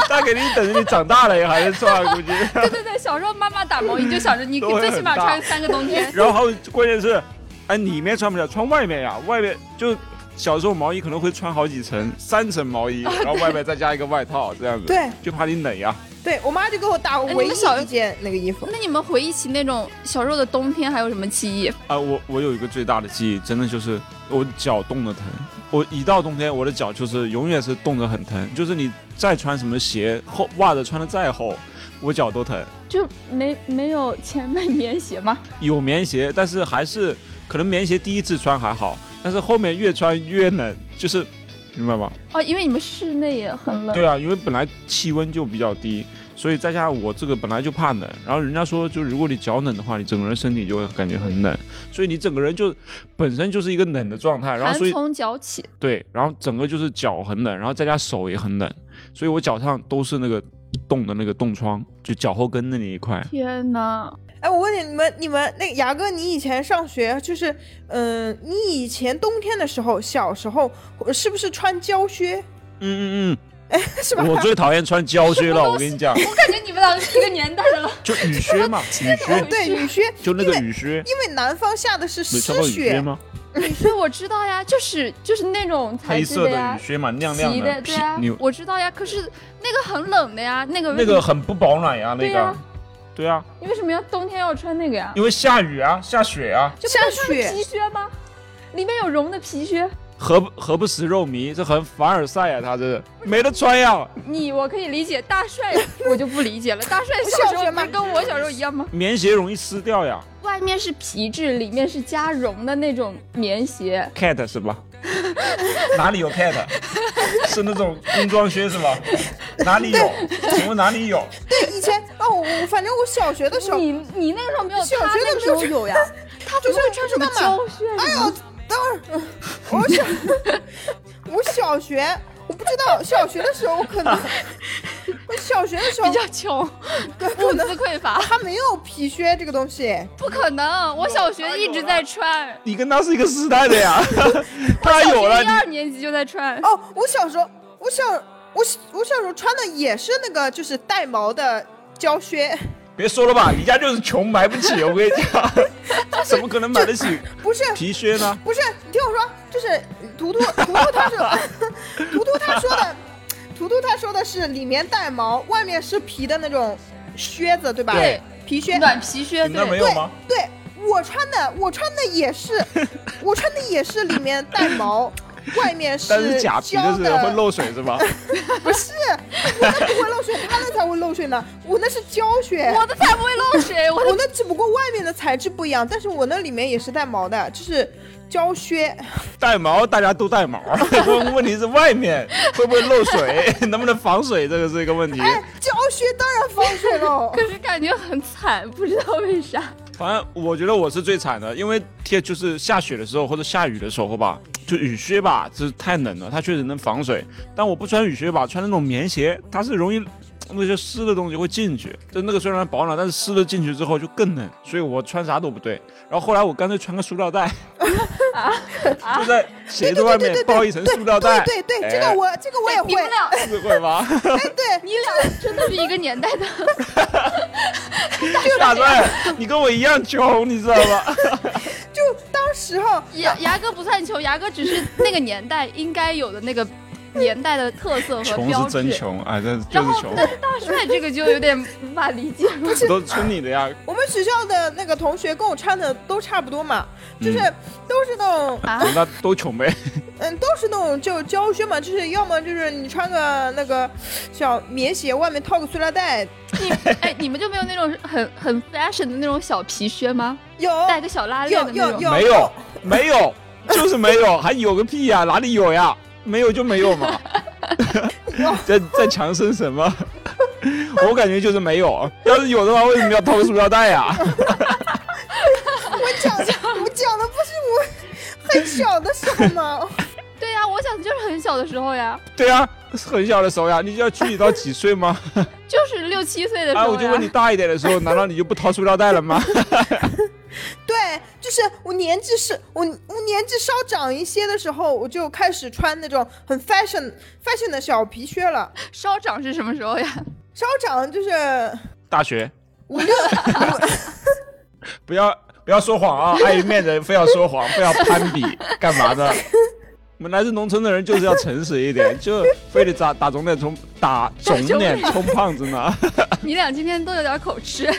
S1: 他肯定等着你长大了以后还是穿，啊估计。
S2: 对对对，小时候妈妈打毛衣就想着你
S1: 都会
S2: 最起码
S1: 很大。
S2: 穿三个冬天 *laughs*
S1: *laughs* 然后关键是，哎，里面穿不了，穿外面呀，外面就小时候毛衣可能会穿好几层，三层毛衣，然后外面再加一个外套，这样子，
S3: 对
S1: 就怕你冷呀。
S3: 对我妈就给我打
S2: 哎你们
S3: 唯一
S2: 小
S3: 一件那个衣服，
S2: 那你们回忆起那种小时候的冬天还有什么记忆？
S1: 啊，我我有一个最大的记忆，真的就是我脚冻得疼。我一到冬天，我的脚就是永远是冻得很疼，就是你再穿什么鞋，厚袜子穿的再厚，我脚都疼。
S2: 就没没有前面棉鞋吗？
S1: 有棉鞋，但是还是可能棉鞋第一次穿还好，但是后面越穿越冷，就是明白吗？
S2: 哦，因为你们室内也很
S1: *laughs*
S2: 冷。
S1: 对啊，因为本来气温就比较低，所以再加上我这个本来就怕冷，然后人家说，就如果你脚冷的话，你整个人身体就会感觉很冷，所以你整个人就本身就是一个冷的状态，然后
S2: 寒
S1: 所以
S2: 从脚起，
S1: 对，然后整个就是脚很冷，然后再加手也很冷，所以我脚上都是那个冻的那个冻疮，就脚后跟那里一块。
S2: 天哪！
S3: 哎，我问你，你们你们那个牙哥，你以前上学就是，嗯、你以前冬天的时候，小时候呃是不是穿胶靴？ *laughs*
S1: 嗯嗯
S3: 是吧
S1: 嗯，？我最讨厌穿胶靴
S2: *laughs*
S1: 了，我跟你讲，
S2: 我感觉你们俩是一个年代
S1: *laughs*
S2: 的了。
S1: 就雨靴
S2: *laughs*
S1: 嘛，雨靴，
S3: 对，雨靴，
S1: 就那个雨靴，
S3: 因为南方下的是
S1: 没
S3: 湿
S1: 穿过雨
S3: 雪
S1: 靴，吗？
S2: 雨靴我知道呀，就是就是那种材
S1: 黑
S2: 质
S1: 色的
S2: 呀
S1: 雨，靴嘛，亮亮
S2: 皮
S1: 的，
S2: 对啊
S1: 皮
S2: 呀
S1: 你，
S2: 我知道呀。可是那个很冷的呀，那个 *laughs*
S1: 那个很不保暖呀，那
S2: 对呀
S1: 个，对啊，
S2: 你为什么要冬天要穿那个呀？
S1: 因为下雨啊，下雪啊，
S2: 就
S3: 下
S2: 不能穿
S3: 雪
S2: 皮靴吗？里面有绒的皮靴。
S1: 何不何不食肉糜，这很凡尔赛啊，他这没得穿呀，
S2: 你我可以理解，大 *laughs* 帅我就不理解了。大帅小
S3: 小
S2: 时候
S3: 学
S2: 不
S3: 吗
S2: 是跟我小时候一样吗？
S1: 棉鞋容易湿掉呀
S2: 外面是皮质，里面是加绒的那种棉鞋。
S1: ，cat 是吧？ *laughs* 哪里有 cat？是那种工装靴是
S2: *laughs*
S1: 吧？哪里有？请问哪里有？
S3: 对，以前哦，我我反正我小学的时候，
S2: 你你那个时候没有，
S3: 小
S2: 他
S3: 学
S2: 那个
S3: 的没
S2: 时
S3: 有
S2: 候有呀。 *laughs* 他怎
S3: 就
S2: 么
S3: 是
S2: 会穿什么
S3: 不知道
S2: 胶靴？
S3: 嘛哎呦，等会儿，我小我小学我不知道，小学的时候我可能我小学的时候
S2: 比较穷，
S3: 可
S2: *laughs* 物
S3: 能
S2: 资匮乏，
S3: 他没有皮靴这个东西，
S2: 不可能。我小学一直在穿，
S1: 你跟他是一个时代的
S2: *laughs*
S1: 呀，
S2: 我
S1: 他
S2: 小啊
S1: 有了
S2: 学一
S1: 你。
S2: 二年级就在穿。
S3: 哦，我小时候，我小我小我小时候穿的也是那个就是带毛的胶靴，
S1: 别说了吧，你家就是穷，买不起。我跟你
S2: *laughs*
S1: 讲，怎么可能买得起
S3: 不是
S1: 皮靴呢？
S3: 不是，你听我说，就是图图图图他说， *laughs* 图图他说的，图图他说的是里面带毛，外面是皮的那种靴子，对吧？
S2: 对，
S3: 皮靴。
S2: 暖皮靴，
S1: 你那没
S2: 对，
S1: 有吗？
S3: 对我穿的，我穿的也是，我穿的也是里面带毛，外面
S1: 但是假皮
S3: 胶
S1: 的是会漏水是吧？
S3: 不是，我那不会漏水，他那才会漏水呢。我那是胶靴，
S2: 我的才不会漏水，我
S3: 我
S2: 的
S3: 那只不过外面的材质不一样，但是我那里面也是带毛的，就是胶靴。
S1: 带毛大家都带毛，问问题是外面会不会漏水，能不能防水，这个是一个问题。
S3: 哎，胶靴当然防水喽。
S2: 可是感觉很惨，不知道为啥。
S1: 反正我觉得我是最惨的，因为天就是下雪的时候或者下雨的时候吧，就雨靴吧，这太冷了，它确实能防水。但我不穿雨靴吧，穿那种棉鞋，它是容易那些湿的东西会进去。就那个虽然保暖，但是湿的进去之后就更冷，所以我穿啥都不对。然后后来我干脆穿个塑料袋，就在鞋子外面包一层塑料袋，
S3: 对对对，
S1: 哎
S3: 这个我这个我也
S2: 你
S3: 会。
S2: 们俩，
S1: 是会吗？
S3: 对，
S2: 你俩真的是一个年代的。
S1: *laughs* 大帅，你跟我一样穷，你知道吗？
S3: 就当时候
S2: 牙牙哥不算穷，牙哥只是那个年代应该有的那个年代的特色
S1: *laughs*
S2: 和
S1: 穷
S2: 标
S1: 是
S2: 志。
S1: 真穷，哎，这就
S2: 然
S1: 是
S2: 后，
S1: 穷，
S2: 但是大帅这个就有点无法理解了。
S1: 都是村里的呀。
S3: 我们学校的那个同学跟我穿的都差不多嘛，就是都是那种
S2: 啊
S1: 嗯那都穷呗。
S3: 嗯，都是那种就胶靴嘛，就是要么就是你穿个那个小棉鞋，外面套个塑料袋。
S2: 你哎，你们就没有那种很很 fashion 的那种小皮靴吗？
S3: 有
S2: 带个小拉链
S3: 有
S2: 的那
S3: 有
S2: 种。
S3: 有
S1: 没有，没有，就是没有， *laughs* 还有个屁呀、哪里有呀？没有就没有嘛，
S3: 有
S1: *laughs* 在在强生什么？ *laughs* 我感觉就是没有，要是有的话，为什么要套个塑料袋呀、
S3: *laughs* 我讲 *laughs* 的我讲的不是我很小的时候 *laughs* 吗？
S2: 对呀、我想的就是很小的时候呀，
S1: 对呀、很小的时候呀，你就要具体到几岁
S3: *laughs*
S1: 吗？
S2: 就是六七岁的时
S1: 啊，
S2: 候
S1: 我
S2: 呀。
S1: 就问你大一点的时候，难道你就不掏塑料袋了吗？
S3: 对，就是我年纪是我我年纪稍长一些的时候，我就开始穿那种很 fashion fashion 的小皮靴了。
S2: 稍长是什么时候呀？ *laughs*
S3: 稍长就是
S1: 大学，
S3: 五六，
S1: 不要不要说谎
S2: *laughs*
S1: 啊！碍于面子，非要说谎，非要攀比，干嘛呢？我们来自农村的人就是要诚实一
S2: *laughs*
S1: 点，就非得打打肿脸充打肿脸充胖子
S2: *laughs*
S1: 呢。
S2: 你俩今天都有点口吃。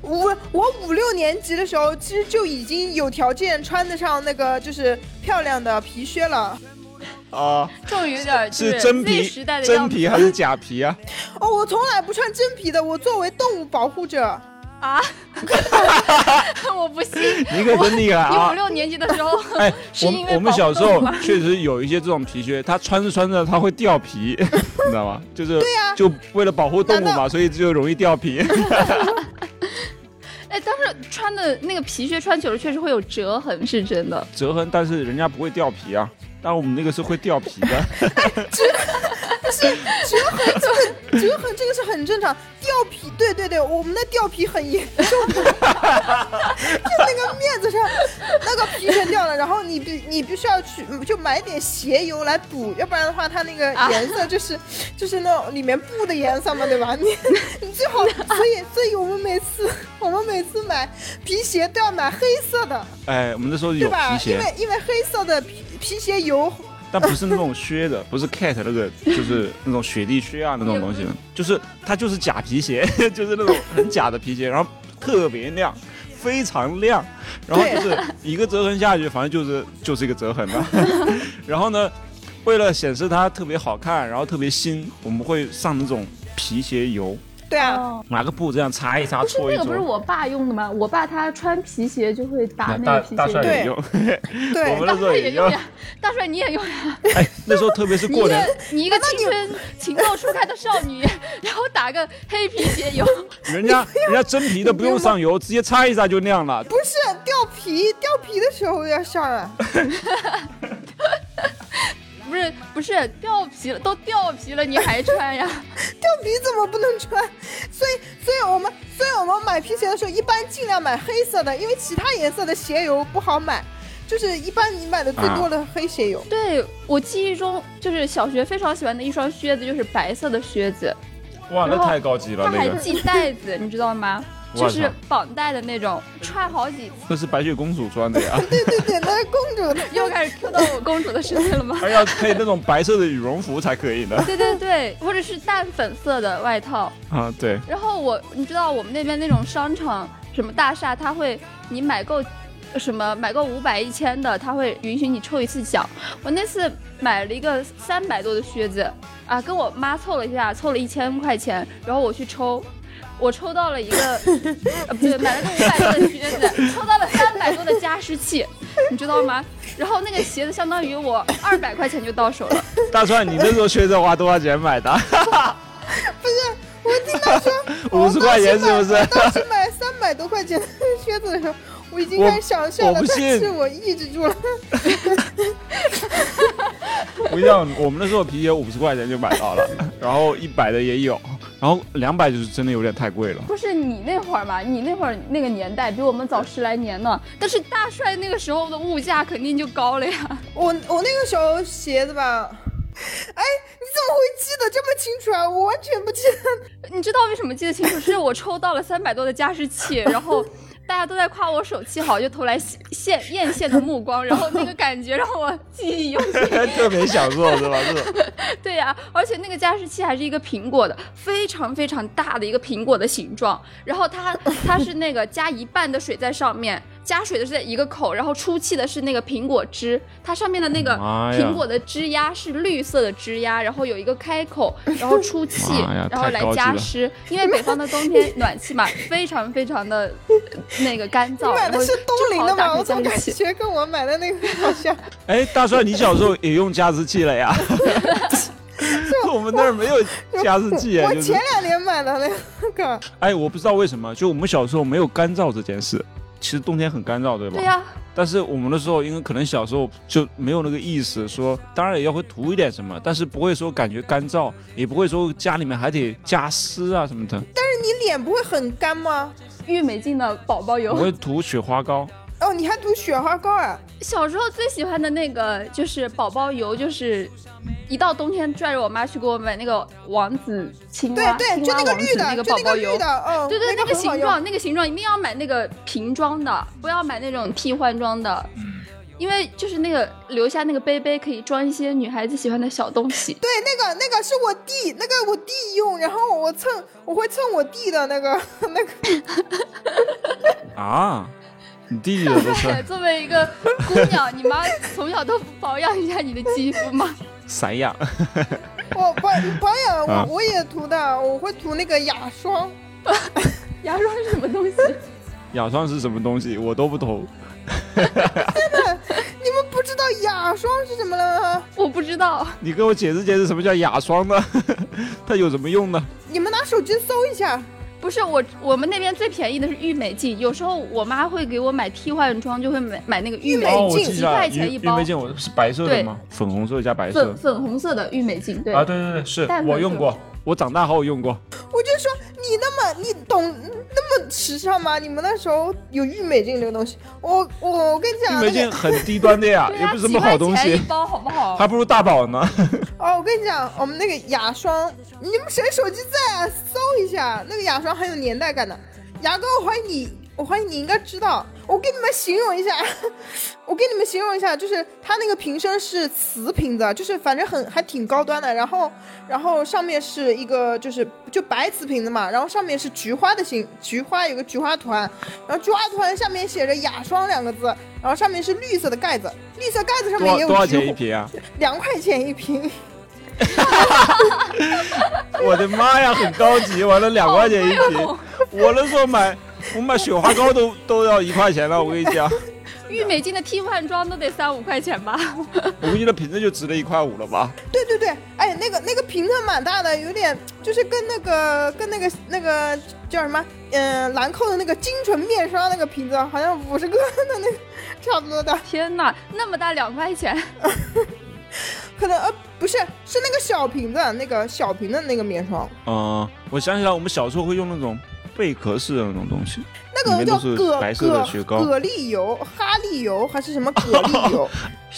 S3: 我我五六年级的时候，其实就已经有条件穿得上那个就是漂亮的皮靴了。
S1: 啊，
S2: 终于有点就是
S1: 真
S2: 那
S1: 皮
S2: 个时代的
S1: 真
S2: 样子
S1: 皮还是假皮啊？
S3: 哦，我从来不穿真皮的，我作为动物保护者，
S2: 啊！ *laughs* *laughs* 我不信，
S1: 你可真厉害
S2: 你
S1: *laughs*
S2: 五
S1: 啊！
S2: 六年级的时候，
S1: 哎，
S2: 是
S1: 我
S2: 因为
S1: 们我们小时
S2: 保
S1: 候
S2: 护动物
S1: *laughs* 确实有一些这种皮靴，它穿着穿着它会掉
S2: *laughs*
S1: 皮，你知道吗？就是
S2: 啊
S1: 就为了保护动物
S3: 难
S1: 嘛，所以就容易掉皮。 *laughs*
S2: 哎，当时穿的那个皮靴穿久了确实会有折痕，是真的。
S1: 折痕，但是人家不会掉皮啊。但我们那个是会掉皮的，
S3: 折痕这个折痕这个是很正常，掉皮，对对对，我们的掉皮很严重的，就那个面子上那个皮全掉了，然后你必你必须要去就买点鞋油来补，要不然的话它那个
S2: 啊
S3: 颜色就是、 *laughs* 就是那种里面布的颜色嘛，对吧？你 *laughs* 你最好，所以所以我们每次我们每次买皮鞋都要买黑色的，
S1: 哎，我们那时候
S3: 对
S1: 有
S3: 吧
S1: 皮？
S3: 因
S1: 鞋，
S3: 为因为黑色的皮皮鞋油
S1: 但不是那种靴
S3: *laughs*
S1: 的，不是 cat 那个，就是那种雪地靴啊那种东西，
S3: 嗯
S1: 就是它就是假皮鞋， *laughs* 就是那种很假的皮鞋，然后特别亮，非常亮，然后就是一个折痕下去，反正就是就是一个折痕了。 *laughs* 然后呢，为了显示它特别好看，然后特别新，我们会上那种皮鞋油，
S3: 对啊。
S2: 哦，
S1: 拿个布这样擦一擦，
S2: 不是
S1: 搓一
S2: 那个不是
S1: 搓。
S2: 我爸用的吗？我爸他穿皮鞋就会打那个皮
S1: 大
S2: 鞋。
S1: 帅
S3: 对
S1: 也用，
S3: 对
S1: 我们
S2: 大
S1: 那时候
S2: 帅
S1: 也
S2: 也
S1: 用
S2: 用。呀，大帅你也用呀！
S1: *laughs*
S2: *laughs*
S1: 哎，那时候特别是
S2: 你一
S1: 过年，
S2: 个你一个青春情窦初开的少女， *laughs* 然后打个黑皮鞋油， *laughs*
S1: 人家人家真皮的不用上油，直接擦一擦就亮了。
S3: 不是
S1: *laughs*
S3: 掉皮，掉皮的时候要上啊。
S2: 不不是不是掉皮了，都掉皮了你还穿呀？ *laughs*
S3: 掉皮怎么不能穿？所以，所以我们，所以我们买皮鞋的时候，一般尽量买黑色的，因为其他颜色的鞋油不好买。就是一般你买的最多的黑鞋油，
S1: *laughs*
S2: 对我记忆中就是小学非常喜欢的一双靴子，就是白色的靴子，
S4: 哇，那
S2: 然后
S4: 太高级了
S2: 它，
S4: 那
S2: 还
S4: 个
S2: 系带子，你知
S1: *laughs*
S2: 道吗？
S1: 我
S2: 就是
S1: 操
S2: 绑带的那种，踹好几次，
S1: 这是白雪公主穿
S4: *laughs*
S1: 的呀。
S3: 对对对，那是公主的，
S2: 又开始 Q 到我公主的身份
S1: *laughs*
S2: 了吗？
S1: 还要配那种白色的羽绒服才可以
S2: *laughs*
S1: 的
S2: 对对对，或者是淡粉色的外套。
S1: 啊！对，
S2: 然后我，你知道我们那边那种商场什么大厦，它会你买够呃什么买够五百一千的，它会允许你抽一次奖。我那次买了一个三百多的靴子啊，跟我妈凑了一下，凑了一千块钱，然后我去抽。我抽到了一个，呃，不对，买了个五百多的靴子，抽到了三百多的加湿器，你知道吗？然后那个鞋子相当于我二百块钱就到手了，
S1: *laughs* 大帅，你那时候靴子花多少钱买的？
S3: 我听他说
S1: *laughs* 五十块钱是不是
S3: 我？当时买 *laughs* 三百多块钱的靴子的时候，我已经
S1: 我
S3: 开始想笑
S1: 我
S3: 了
S1: 不，信
S3: 但是我抑制住了。 *laughs*
S1: 不一样，我们那时候皮鞋五十块钱就买到了， *laughs* 然后一百的也有，然后两百就是真的有点太贵了。 *laughs*
S2: 不是你那会儿嘛？你那会儿那个年代比我们早十来年呢。但是大帅那个时候的物价肯定就高了呀。 *laughs*
S3: 我我那个时候鞋子吧，哎，你怎么会记得这么清楚啊？我完全不记得。
S2: 你知道为什么记得清楚？是我抽到了三百多的加湿器，然后 *laughs* 大家都在夸我手气好，就投来羡羡艳羡的目光，然后那个感觉让我记忆犹新。
S1: 特别享受是吧？是
S2: 对呀、而且那个加湿器还是一个苹果的，非常非常大的一个苹果的形状。然后它它是那个加一半的水在上面，加水的是在一个口，然后出气的是那个苹果汁。它上面的那个
S1: 妈呀
S2: 苹果的枝丫是绿色的枝丫，然后有一个开口，然后出气
S1: 妈呀，
S2: 然后
S1: 太
S2: 来
S1: 高级
S2: 加
S1: 了
S2: 湿。因为北方的冬
S3: *laughs*
S2: 天暖气嘛，非常非常的那个干
S3: 你
S2: 燥，
S3: 买
S2: 然
S3: 的
S2: 后
S3: 是东
S2: 正
S3: 陵
S2: 好
S3: 的
S2: 打
S3: 吗？
S2: 开
S3: 我怎
S2: 加
S3: 么感
S2: 湿器。
S3: 觉跟我买的那个好
S1: *laughs*
S3: 像？
S1: 哎，大帅，你小时候也用加湿器了
S3: *laughs*
S1: 呀？我们那儿没有加湿器啊，
S3: 我
S1: 就是
S3: 前两年买的那个，
S1: 哎，我不知道为什么，就我们小时候没有干燥这件事。其实冬天很干燥，对吧？
S2: 对呀、
S1: 但是我们那时候，因为可能小时候就没有那个意识，说当然也要会涂一点什么，但是不会说感觉干燥，也不会说家里面还得加湿啊什么的。
S3: 你脸不会很干吗？
S2: 郁美净的宝宝
S1: 我
S2: 油。
S1: 会涂雪花膏，
S3: 哦，你还涂雪花膏啊？
S2: 小时候最喜欢的那个就是宝宝油，就是一到冬天拽着我妈去给我买那个王子青
S3: 对
S2: 蛙，
S3: 对，
S2: 青
S3: 就
S2: 蛙
S3: 那个
S2: 王
S3: 绿
S2: 子
S3: 的，
S2: 那个
S3: 就
S2: 宝
S3: 那
S2: 宝
S3: 个绿
S2: 油。
S3: 的，嗯，
S2: 对对，那
S3: 那
S2: 个
S3: 很好
S2: 形
S3: 用。
S2: 状，那个形状一定要买那个瓶装的，不要买那种替换装的，
S3: 嗯
S2: 因为就是那个留下那个杯杯可以装一些女孩子喜欢的小东西。
S3: 对，那个那个是我弟，那个我弟用，然后我蹭，我会蹭我弟的那个那个，
S1: 啊，你弟弟的都
S2: 对，
S1: 是
S3: *laughs*
S2: *laughs* 作为一个姑娘，你妈从小都不保养一下你的肌肤吗？ *laughs*
S1: 散 *laughs* 养，
S3: 我保保养
S1: 啊
S3: 我我也涂的，我会涂那个雅霜，
S2: 牙刷是什么东西？ *laughs*
S1: 雅霜是什么东西？我都不懂。
S3: 你们不知道雅霜是什么了吗？
S2: 我不知道。
S1: 你给我解释解释什么叫雅霜呢？ *laughs* 它有什么用呢？
S3: 你们拿手机搜一下，
S2: 不是我，我们那边最便宜的是郁美净，有时候我妈会给我买替换装，就会买买那个郁美
S3: 郁
S1: 哦，
S3: 美
S1: 我
S3: 净
S1: 记
S2: 一
S1: 下来，
S2: 块
S1: 郁
S2: 钱一
S1: 郁
S2: 包
S1: 美，净，我是白色的
S2: 对
S1: 吗？粉红色加白色
S2: 粉。粉红色的郁美净，对，
S4: 啊，对对对，是
S2: 淡粉
S4: 我用
S2: 色
S4: 过，
S1: 我长大后用过，
S3: 我就说你那么你懂那么时尚吗？你们那时候有郁美净这个东西，我我我跟你
S1: 郁
S3: 讲，
S1: 美
S3: 那
S1: 净
S3: 个
S1: 很低端的呀，
S2: *laughs* 对
S1: 也
S2: 啊，
S1: 不是什
S2: 几
S1: 么
S2: 块
S1: 好东
S2: 钱
S1: 西
S2: 一，包，好不好？
S1: 还不如大宝呢。
S3: 哦，我跟你讲，我们那个雅霜，你们谁手机在啊？搜一下，那个雅霜很有年代感的。牙膏，我怀疑你，我怀疑你应该知道。我给你们形容一下， *laughs* 我给你们形容一下，就是它那个瓶身是瓷瓶子，啊就是反正很还挺高端的。然后，然后上面是一个就是就白瓷瓶子嘛，然后上面是菊花的形，菊花有个菊花图案，然后菊花图案下面写着雅霜两个字，然后上面是绿色的盖子，绿色盖子上
S1: 多
S3: 面
S1: 少
S3: 也有
S1: 多少
S3: 菊
S1: 钱一
S3: 花
S1: 瓶啊？ *laughs*
S3: 两块钱一瓶。
S1: 我的妈呀，很高级，完了两块钱一瓶。
S2: 哦
S1: 我那时候买，我买雪花膏都都要一块钱了。我跟你
S2: *laughs*
S1: 讲，
S2: 郁美净的替换装都得三五块钱吧？
S1: 我估计那瓶子就值了一块五了吧？
S3: 对对对，哎，那个那个瓶子蛮大的，有点就是跟那个跟那个那个叫什么，嗯、兰蔻的那个精纯面霜那个瓶子，好像五十克的那个差不多的。
S2: 天哪，那么大两块钱，
S3: 可能呃不是，是那个小瓶的那个小瓶的那个面霜，
S1: 嗯，我想起来，我们小时候会用那种贝壳式的那种东西，
S3: 那
S1: 里
S3: 个
S1: 面
S3: 叫
S1: 都是
S3: 蛤
S1: 白
S3: 蛤
S1: 色的雪糕
S3: 蛤蜊油、哈利油还是什么蛤蜊油？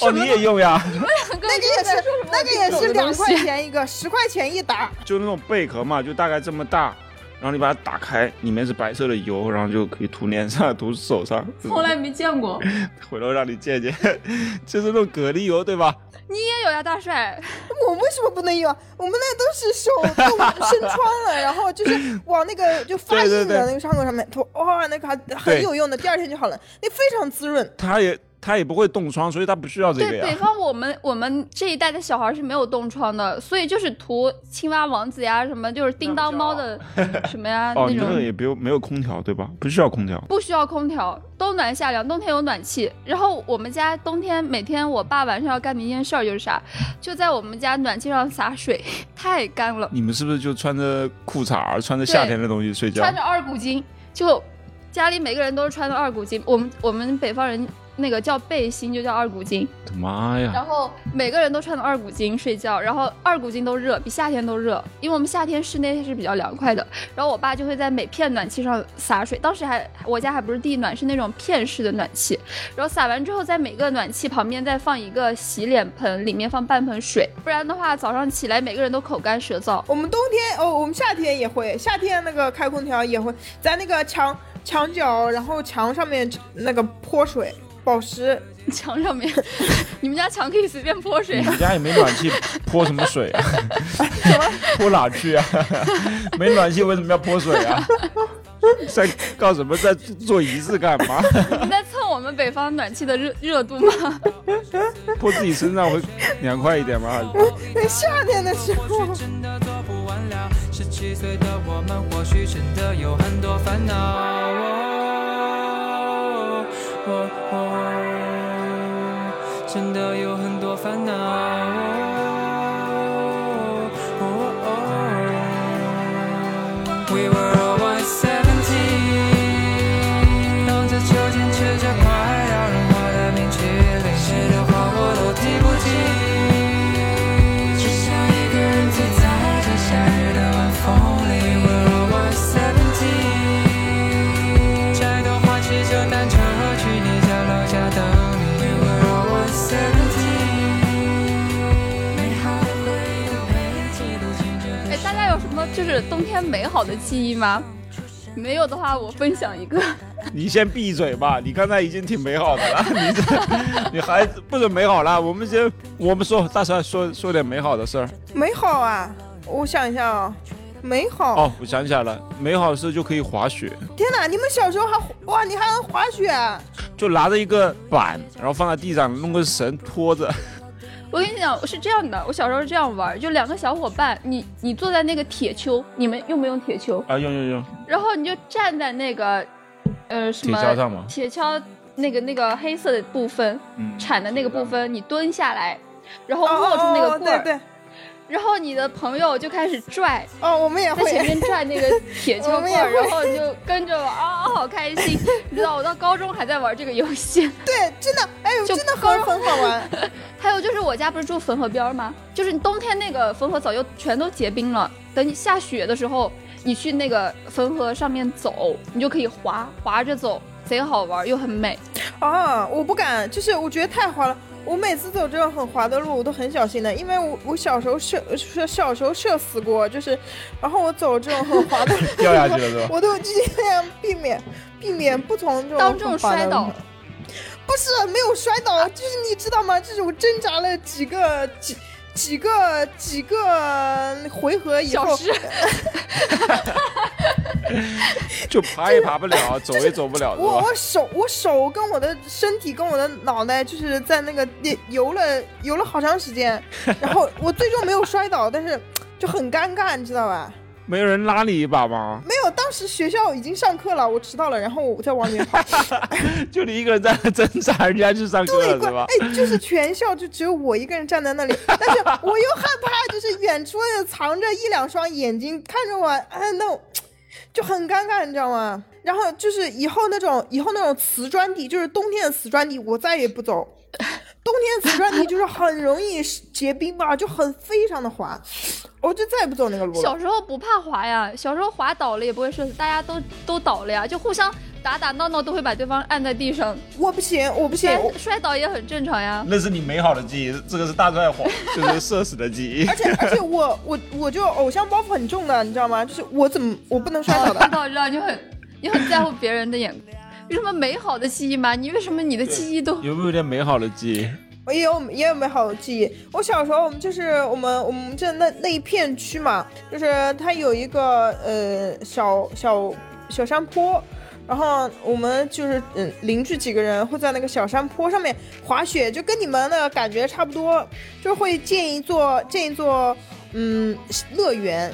S1: 哦，你也用呀？
S2: 那
S3: 那个也是，那个也是两块钱一个，十块钱一打。
S1: *laughs* 就那种贝壳嘛，就大概这么大，然后你把它打开，里面是白色的油，然后就可以涂脸上、涂手上。
S4: 从来没见过。
S1: *laughs* 回头让你见见， *laughs* 就是那种蛤蜊油，对吧？
S2: 也有呀，大帅，
S3: 我为什么不能用？我们那都是手冻生疮了，然后就是往那个就发
S1: 对对
S3: 硬的
S1: 对
S3: 那个伤口上面涂，哇，那个还很
S1: 对
S3: 有用的，第二天就好了，那非常滋润。
S1: 它也它也不会冻疮，所以它不需要这个
S2: 对北
S1: 呀。
S2: 方我们我们这一代的小孩是没有冻疮的，所以就是涂青蛙王子呀，什么就是叮当猫的什么呀、
S1: *laughs* 哦，
S2: 那
S1: 你那个
S2: 种，
S1: 也不用没有空调对吧？不需要空调。
S2: 不需要空调，冬暖夏凉，冬天有暖气。然后我们家冬天每天我爸晚上要干的一件事儿就是啥，就在我们家暖气上洒水，太干了，
S1: 你们是不是就穿着裤衩儿、穿着夏天的东西睡觉
S2: 穿？着二股巾，就家里每个人都是穿的二股巾，我们我们北方人那个叫背心就叫二股巾。
S1: 我的妈呀！
S2: 然后每个人都穿的二股巾睡觉，然后二股巾都热，比夏天都热，因为我们夏天室内是比较凉快的。然后我爸就会在每片暖气上洒水，当时还我家还不是地暖，是那种片式的暖气。然后洒完之后，在每个暖气旁边再放一个洗脸盆，里面放半盆水，不然的话早上起来每个人都口干舌燥。
S3: 我们冬天哦，我们夏天也会，夏天那个开空调也会在那个墙墙角，然后墙上面那个泼水，保湿
S2: 墙上面， *laughs* 你们家墙可以随便泼水啊
S1: 你。们家也没暖气，泼什么水啊？泼哪去啊？没暖气为什么要泼水啊？在搞什么？在做仪式干嘛？
S2: 你们在蹭我们北方暖气的热热度吗？
S1: 泼自己身上会凉快一点吗？
S3: 那夏天的时候
S5: 或许真的做不完了。十七岁的我们，或许真的有很多烦恼。哦哦哦真的有很多烦恼。哦哦哦 We were all once seventeen，荡着秋千，吃着快要融化的冰淇淋，谁的话我都听不进。只想一个人醉在这夏日的晚风里。We're all one seventeen，摘朵花骑着单车去你家楼下等你。We're all one seventeen，美好的回忆都被记录进这
S2: 哎，大家有什么就是冬天美好的记忆吗？没有的话，我分享一个。
S1: 你先闭嘴吧！你刚才已经挺美好的了，你这你还不准美好了？我们先我们说，大帅说说点美好的事儿。
S3: 美好啊！我想一下啊、美好。
S1: 哦，我想起来了，美好的事就可以滑雪，
S3: 天哪，你们小时候还哇，你还能滑雪啊？
S1: 就拿着一个板，然后放在地上，弄个绳拖着。
S2: 我跟你讲是这样的，我小时候是这样玩儿，就两个小伙伴，你你坐在那个铁锹，你们用不用铁锹？
S1: 啊，用用用，
S2: 然后你就站在那个，呃，什
S1: 铁
S2: 么
S1: 锹上吗？
S2: 铁锹那个那个黑色的部分，
S1: 嗯，
S2: 铲的那个部分，你蹲下来，然后
S3: 哦
S2: 握住那
S3: 哦
S2: 个
S3: 哦，
S2: 棍儿，
S3: 对对，
S2: 然后你的朋友就开始拽，
S3: 哦，我们也
S2: 在前
S3: 会。
S2: 面拽那
S3: *laughs*
S2: 个铁锹
S3: 我们
S2: 棍
S3: 也
S2: 儿，
S3: 会
S2: 然后你就跟着玩，啊、好开心！你知道我到高中还在玩这个游戏。
S3: 对，真的，哎呦，
S2: 就
S3: 真的很很好玩。
S2: 还有就是我家不是住汾河边儿吗？就是你冬天那个汾河早就全都结冰了，等你下雪的时候，你去那个汾河上面走，你就可以滑滑着走，贼好玩儿又很美。
S3: 啊，我不敢，就是我觉得太滑了。我每次走这种很滑的路，我都很小心的，因为我我小时候社是小时候社死过，就是，然后我走这种很滑的路，
S1: 掉下去了 *laughs* 是吧？
S3: 我都尽量避免避免不从这种
S2: 当众
S3: 很滑的
S2: 摔
S3: 路
S2: 倒，
S3: 不是没有摔倒，就是你知道吗？就是我挣扎了几个几几个几个回合以
S2: 小
S3: 后，
S2: 时，
S1: 就爬也爬不 *laughs* 了，走也走不了，
S3: 我
S1: 是吧？
S3: 我手我手跟我的身体跟我的脑袋就是在那个地游了游了好长时间，然后我最终没有摔倒，但是就很尴尬，你知道吧？
S1: 没有人拉你一把吗？
S3: 没有，当时学校已经上课了，我迟到了，然后我再往里面跑，
S1: 就你一个人在那挣扎，人家去上课了
S3: 对
S1: 是吧？
S3: 哎，就是全校就只有我一个人站在那里，但是我又害怕，就是远处的藏着一两双眼睛看着我，哎，那我就很尴尬，你知道吗？然后就是以后那种以后那种瓷砖地，就是冬天的瓷砖地，我再也不走。冬天瓷砖泥就是很容易结冰吧，就很非常的滑，我就再也不走那个路了
S2: 小。时候不怕滑呀，小时候滑倒了也不会摔死，大家都都倒了呀，就互相打打闹闹都会把对方按在地上，
S3: 我不行，我不行，
S2: 摔
S3: 我
S2: 摔倒也很正常呀。
S1: 那是你美好的记忆，这个是大 *laughs* 帅谎，就是社死的记忆
S3: 而。且而且我我我就偶像包袱很重的，你知道吗？就是我怎么我不能摔倒
S2: *laughs* 知
S3: 的，
S2: 道知道，你很你很在乎别人的眼光。有什么美好的记忆吗？你为什么你的记忆都
S1: 有没有点美好的记忆？
S3: 我也有也有美好的记忆。我小时候，我们就是我们我们这那那一片区嘛，就是它有一个呃小小小山坡，然后我们就是嗯邻居几个人会在那个小山坡上面滑雪，就跟你们的感觉差不多，就会建一座建一座嗯乐园。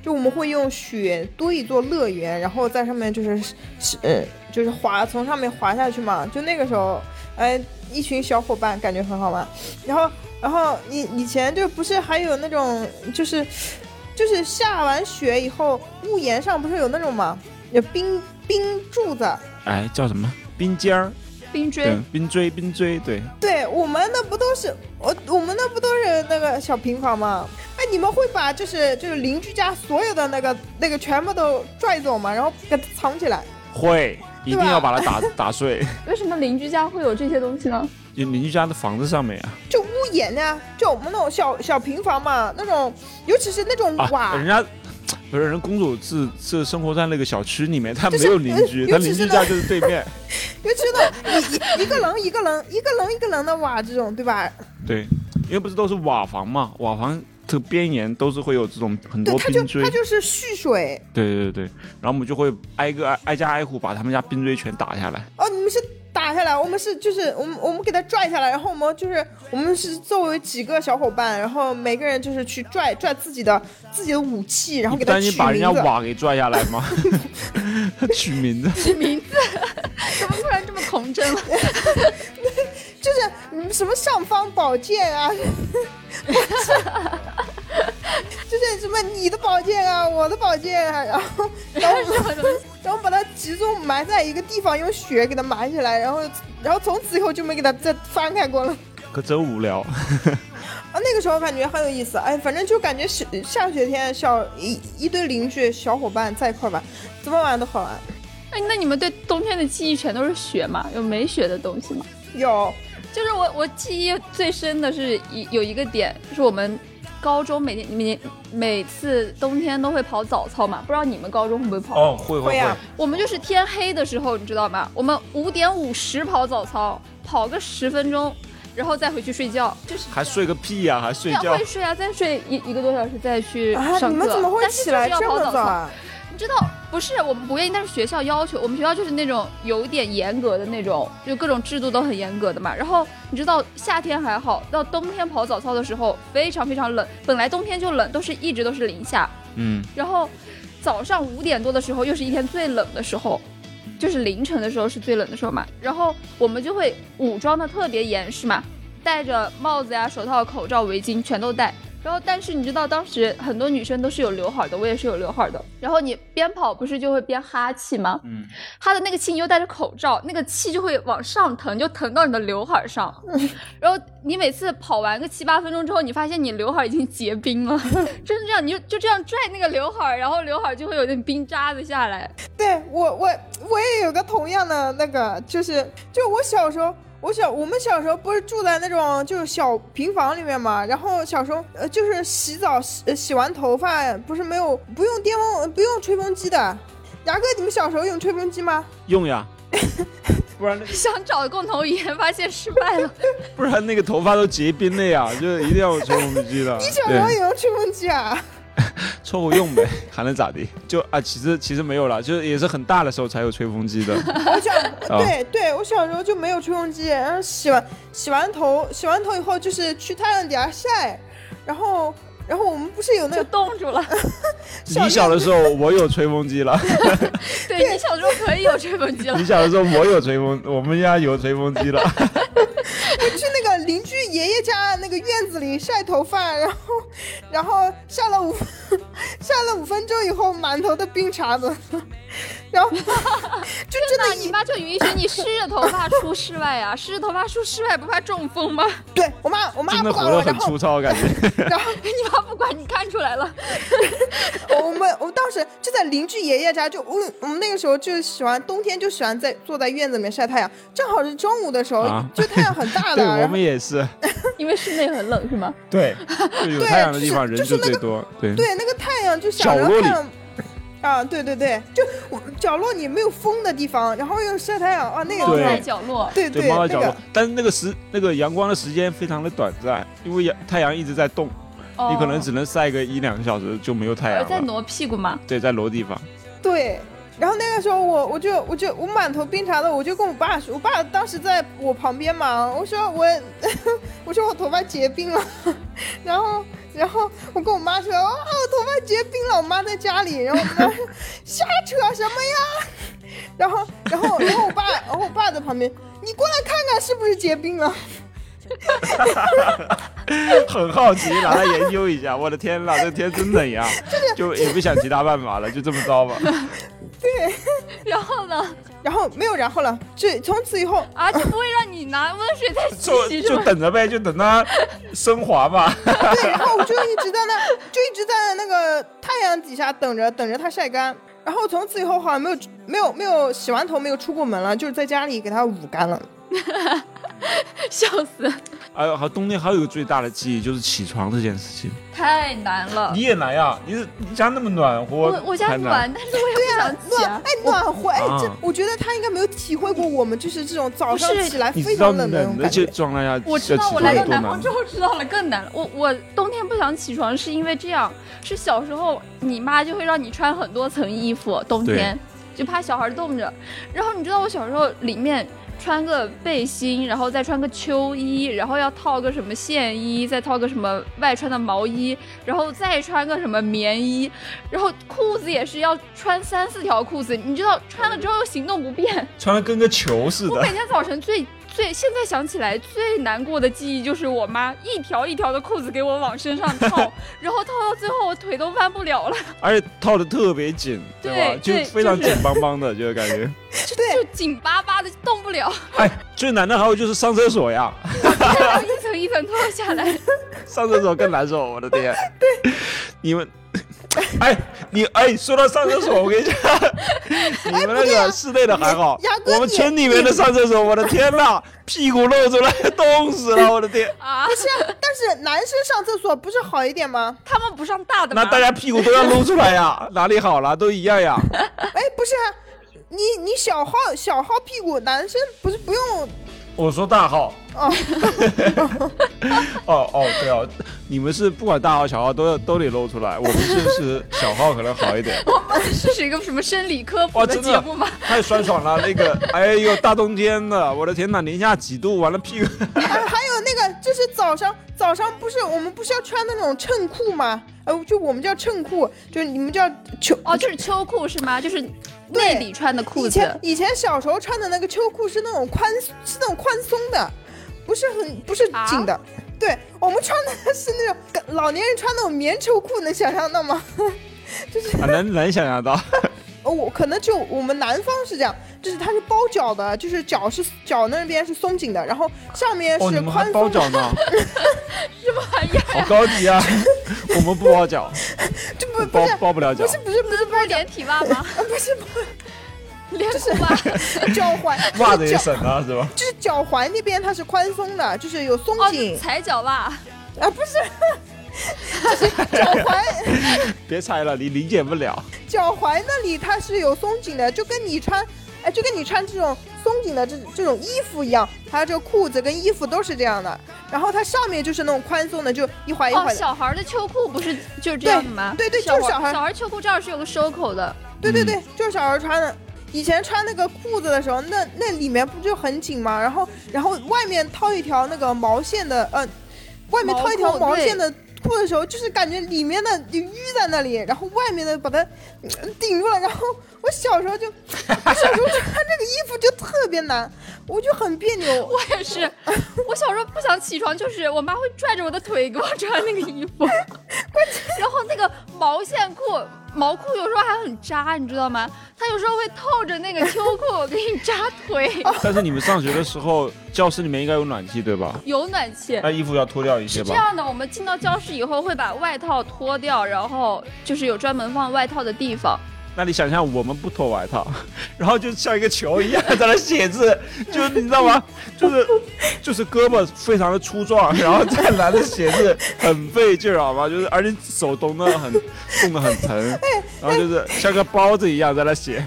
S3: 就我们会用雪堆一座乐园，然后在上面就是，是呃，就是滑从上面滑下去嘛。就那个时候，哎，一群小伙伴感觉很好玩。然后，然后以以前就不是还有那种就是就是下完雪以后，屋檐上不是有那种嘛，有冰冰柱子。
S1: 哎，叫什么？冰尖儿，
S2: 冰锥
S1: 对？，冰锥，冰锥，对，
S3: 对我们那不都是我我们那不都是那个小平房吗？哎，你们会把就是就是邻居家所有的那个那个全部都拽走吗？然后给它藏起来？
S1: 会，一定要把它 *laughs* 打打碎。
S2: 为什么邻居家会有这些东西呢？
S1: 就邻居家的房子上面啊，
S3: 就屋檐呢、就我们那种小小平房嘛，那种尤其是那种瓦，
S1: 啊，人家不是人公主是是生活在那个小区里面，她
S3: 就
S1: 没
S3: 是
S1: 有邻 *laughs* 居，
S3: 呃
S1: 她
S3: 尤其
S1: 邻
S3: 是
S1: 居
S3: 那
S1: 家就是对面。
S3: 尤其是那种一一一个棱一个棱一个棱一个棱的瓦这种，对吧？
S1: 对，因为不是都是瓦房嘛，瓦房的边沿都是会有这种很
S3: 对，
S1: 多
S3: 它就
S1: 冰锥
S3: 它。就是蓄水。
S1: 对对对，然后我们就会挨个挨挨家挨户把他们家冰锥全打下来。
S3: 哦，你们是打下来，我们是就是我们我们给它拽下来，然后我们就是我们是作为几个小伙伴，然后每个人就是去拽拽自己的自己的武器，然
S1: 你
S3: 后给
S1: 不
S3: 它
S1: 担
S3: 取
S1: 心把人家
S3: 名字。
S1: 瓦给拽下来
S3: *laughs*
S1: 吗？取名字，
S2: 取名字？ *laughs* 怎么突然这么童真了？
S3: 就是嗯什么上方宝剑啊， *laughs* 就是什么你的宝剑啊，我的宝剑啊，然后然后然后把它集中埋在一个地方，用雪给它埋起来，然后然后从此以后就没给它再翻开过了。
S1: 可真无聊。
S3: 啊，那个时候感觉很有意思，哎，反正就感觉小下雪天小一一堆邻居小伙伴在一块儿玩，怎么玩都好玩。
S2: *laughs* 哎，那你们对冬天的记忆全都是雪吗？有没雪的东西吗？
S3: 有
S2: 就是我我记忆最深的是一有一个点，就是我们高中每天每年每次冬天都会跑早操嘛，不知道你们高中会不会跑？
S1: 哦，会
S3: 会啊，
S2: 我们就是天黑的时候，你知道吗？我们五点五十跑早操，跑个十分钟，然后再回去睡觉，就是
S1: 还睡个屁呀、还睡
S2: 这样
S1: 觉
S2: 会。睡啊，再睡一一个多小时再去
S3: 啊，
S2: 上课。
S3: 你们怎么会
S2: 但是
S3: 起
S2: 就是
S3: 来
S2: 要
S3: 这
S2: 跑
S3: 么
S2: 早
S3: 早
S2: 操？
S3: 啊？
S2: 你知道不是我们不愿意，但是学校要求，我们学校就是那种有一点严格的那种，就各种制度都很严格的嘛。然后你知道夏天还好，到冬天跑早操的时候非常非常冷，本来冬天就冷，都是一直都是零下，
S1: 嗯，
S2: 然后早上五点多的时候，又是一天最冷的时候，就是凌晨的时候是最冷的时候嘛。然后我们就会武装的特别严实嘛，戴着帽子呀、手套、口罩、围巾全都戴。然后，但是你知道，当时很多女生都是有刘海的，我也是有刘海的。然后你边跑不是就会边哈气吗？
S1: 嗯，
S2: 哈的那个气，你又戴着口罩，那个气就会往上腾，就腾到你的刘海上。 *laughs* 然后你每次跑完个七八分钟之后，你发现你刘海已经结冰了，真的这样，你就就这样拽那个刘海，然后刘海就会有点冰渣子下来。
S3: 对我我我也有个同样的那个，就是就我小时候。我小我们小时候不是住在那种就是小平房里面嘛，然后小时候呃就是洗澡洗呃洗完头发不是没有不用电风不用吹风机的，牙哥你们小时候用吹风机吗？
S1: 用呀，不然那
S2: 想找共同语言，发现失败了。
S1: 不然那个头发都结冰了
S3: *laughs*
S1: 呀，就是一定要有吹风机的。
S3: 你小时候
S1: 对
S3: 也用吹风机啊？
S1: 凑合用呗，还能咋的？就啊，其实其实没有啦，就是也是很大的时候才有吹风机的。
S3: 我小
S1: 啊
S3: 对对，我小时候就没有吹风机，然后洗完洗完头，洗完头以后就是去太阳底下晒，然后然后我们不是有那
S2: 就
S3: 个
S2: 冻住了。
S3: 小
S1: 你小的时
S3: *laughs*
S1: 候我有吹风机了，
S2: 对你小时候可以有吹风机了
S1: 你，小的时候我有吹风，我们家有吹风
S3: *laughs*
S1: 机了。
S3: 去那个邻居爷爷家那个院子里晒头发，然后 *laughs* 然后晒了五晒了五分钟以后，满头的冰碴子， *laughs* 然后 *laughs* 就真
S2: 那
S3: 的
S2: 你
S3: 一
S2: 妈就允许你湿着头发出室外啊，湿着头发出室外不怕中风吗？
S3: 对我妈，我妈
S1: 真的
S3: 不管
S1: 活
S3: 我，
S1: 得
S3: 然
S1: 很
S3: 后
S1: 粗糙，
S3: *laughs*
S1: 感觉。
S3: 然后
S2: 你妈不管，你看出来了，
S3: 我们我们当时就在邻居爷爷家，就嗯我我们那个时候就喜欢冬天就喜欢在坐在院子里面晒太阳，正好是中午的时候，
S1: 啊
S3: 就太阳很
S1: *laughs*
S3: 大的，
S1: 对
S3: 然
S1: 我
S3: 后
S1: 们也是，
S2: 因为室内很冷是吗？
S1: 对， *laughs* 就有
S3: 对
S1: 太阳的
S3: 就
S1: 地
S3: 是
S1: 方人
S3: 就是那
S1: 最
S3: 个
S1: 多，对
S3: 对那个太阳就想
S1: 角
S3: 着
S1: 落里
S3: 太阳。啊，对对对，就我角落里没有风的地方，然后又晒太阳啊，那个
S2: 猫
S1: 对
S2: 在角落，
S3: 对
S1: 对，
S3: 对，
S1: 猫在角
S3: 那
S1: 落
S3: 个，
S1: 但是那个时那个阳光的时间非常的短暂，因为阳太阳一直在动，
S2: 哦
S1: 你可能只能晒个一两个小时就没有太
S2: 呃
S3: 哦
S1: 阳
S2: 在
S1: 了。
S2: 挪屁股嘛。 *laughs*
S1: 对，在楼地
S3: *laughs*
S1: 方，
S3: 对。然后那个时候我我就我就我满头冰碴的，我就跟我爸说，我爸当时在我旁边嘛，我说我 *laughs* 我说我头发结冰了， *laughs* 然后然后我跟我妈说啊、我头发结冰了，我妈在家里，然后我妈说 *laughs* 瞎扯什么呀， *laughs* 然后然后然后我爸然后我爸在旁边，你过来看看是不是结冰了。 *laughs*
S1: 很好奇，拿来研究一下。我的天
S3: *laughs*
S1: 呐，这天真冷呀！就也不想其他办法了，就这么
S3: *laughs*
S1: 着吧。
S2: 然后呢，
S3: 然后没有然后了，这从此以后
S2: 啊，就不会让你拿温水 *laughs* 再洗
S1: 就
S2: 洗是
S1: 就
S2: 吗？
S1: 等着呗，就等它升华吧。
S3: 对，然后我就一直在那，就一直在那个太阳底下等着，等着它晒干。然后从此以后好像没有没有没有洗完头没有出过门了，就是在家里给它捂干了。
S2: *laughs* 笑死，
S1: 哎呦，好，冬天还有一个最大的记忆就是起床这件事情。
S2: 太难了
S1: 啊你。也难呀，你是你家那么暖和，
S2: 我我家
S1: 还
S2: 暖，但是我也不想起
S3: 暖
S2: 啊。
S3: 哎暖和哎，这
S1: 啊
S3: 我觉得他应该没有体会过我们就是这种早上
S2: 不是
S3: 起来
S1: 你
S3: 非
S1: 知道
S3: 常冷的那
S1: 冷
S3: 种
S1: 的
S3: 感
S1: 就
S3: 觉。
S1: 状态下，
S2: 我知道，
S1: 要
S2: 我
S1: 起床
S2: 来
S1: 有
S2: 到
S1: 多
S2: 南方
S1: 难
S2: 之。后知道了更难了。我我冬天不想起床是因为这样，是小时候你妈就会让你穿很多层衣服，冬天就怕小孩冻着。然后你知道我小时候里面穿个背心，然后再穿个秋衣，然后要套个什么线衣，再套个什么外穿的毛衣，然后再穿个什么棉衣，然后裤子也是要穿三四条裤子。你知道穿了之后又行动不便。
S1: 穿的跟个球似
S2: 我
S1: 的
S2: 每。天早晨最最现在想起来最难过的记忆就是我妈一条一条的裤子给我往身上套，然后套到最后我腿都弯不了了，
S1: 而且套的特别紧，
S2: 对
S1: 吧？就
S2: 对
S1: 非常
S2: 就
S1: 紧
S2: 是
S1: 邦邦的，就是感觉。
S3: 对
S2: 就紧巴巴的动不了，
S1: *laughs*
S2: *laughs*
S1: 哎，最难的还有就是上厕所呀，
S2: 一层一层脱下来。
S1: 上厕所更难受，我的
S3: *laughs*
S1: 天。对，你们， *laughs* 哎，你哎，说到上厕所，我
S3: *laughs*
S1: 跟你讲，
S3: 哎
S1: 你们那个室内的还好
S3: 牙，哥
S1: 我们
S3: 啊你
S1: 村里面的上厕所，我的天呐，屁股露出来，冻死了，我的
S3: *laughs*
S1: 天。
S2: 啊，
S3: 不是啊，但是男生上厕所不是好一点吗？
S2: 他们不上大的
S1: 那
S2: 吗？
S1: 大家屁股都要露出来
S3: *laughs*
S1: 呀，哪里好了，都一样呀。
S3: 哎，不是啊、你你小号小号屁股，男生不是不用
S1: 我说大号。
S3: 哦，
S1: *laughs* 哦哦，对哦，你们是不管大号小号都要都得露出来，我们是是小号可能好一点。
S2: 我们这是一个什么生理科普
S1: 哇，
S2: 哦的
S1: 真
S2: 节
S1: 的
S2: 目 *laughs* 吗？
S1: 太酸爽了！那
S2: *laughs*
S1: 个，哎呦，大冬天的，我的天呐，零下几度，完了屁
S2: *laughs*
S1: 股，
S3: 还还有那个，就是早上早上不是我们不是要穿那种衬裤吗？呃，就我们叫衬裤，就是你们叫秋。
S2: 哦，就是秋裤是吗？就是内里穿的裤
S3: 以
S2: 子
S3: 前以前小时候穿的那个秋裤是那种宽是那种宽松的，不是很不是
S2: 啊
S3: 紧的。对我们穿的是那种老年人穿那种棉秋裤，能想象到吗？ *laughs*
S1: 啊、能能想象到，
S3: 哦，我可能就我们南方是这样，就是它是包脚的，就是脚是脚那边是松紧的，然后上面
S1: 哦，你
S3: 是
S1: 们还
S3: 宽
S1: 包
S3: 松的，
S2: 啊
S1: 脚
S2: *laughs*
S1: 呢，
S2: 什么 *laughs* 玩意儿？
S1: 好高级啊！我们不包脚，
S3: 就不
S1: 我
S3: 不
S1: 包
S3: 是
S1: 包不了脚
S3: 不，是不是不是
S2: 不是连体袜吗？
S3: 不是不
S2: *laughs* 连裤袜？
S3: *laughs* 是脚踝，
S1: *laughs* 袜子也
S3: 脚
S1: 省了
S2: *laughs*
S1: 是吧？
S3: 就是脚踝那边它是宽松的，就是有松
S2: 哦，
S3: 紧、
S2: 踩脚袜。
S3: 啊，不是， *laughs* 就是脚踝
S1: 别猜了，你理解不
S2: *laughs*
S1: 了。
S3: 脚踝那里它是有松紧的，就跟你穿，哎，就跟你穿这种松紧的这这种衣服一样，还有这个裤子跟衣服都是这样的。然后它上面就是那种宽松的，就一环一
S2: 哦，
S3: 环的。
S2: 小孩儿的秋裤不是就是这样的吗？
S3: 哎对对对就是小
S2: 小
S3: 孩儿
S2: 小孩儿秋裤这儿是有个收口
S3: *laughs*
S2: 的，
S3: 对对对，就是小时候穿的。以前穿那个裤子的时候，那那里面不就很紧吗？然后然后外面套一条那个毛线的，呃，外面套一
S2: 毛
S3: 条
S2: 裤
S3: 毛
S2: 对
S3: 线的裤的时候，就是感觉里面的就淤在那里，然后外面的把它嗯顶住了。然后我小时候就，我小时候穿这个衣服就特别难，我就很别扭。
S2: 我也是。 *laughs* 我小时候不想起床，就是我妈会拽着我的腿给我穿那个衣
S3: *laughs*
S2: 服，然后那个毛线裤。毛裤有时候还很扎，你知道吗？它他有时候会透着那个秋裤给你扎
S3: *laughs*
S2: 腿，
S3: 哦
S1: 但是你们上学的时候，教室里面应该有暖气对吧？
S2: 有暖气。
S1: 那衣服要脱掉一些
S2: 是哎这
S1: 吧？
S2: 样的，我们进到教室以后会把外套脱掉，然后就是有专门放外套的地方。
S1: 那你想象我们不脱外套， *laughs* 然后就像一个球一样 *laughs* 在那写字，就是你知道吗？就是就是胳膊非常的粗壮， *laughs* 然后再懒得写字， *laughs* 很费劲儿好吗？就是而且手动的很动的很疼，
S3: 哎
S1: 然后就是像个包子一样在那写。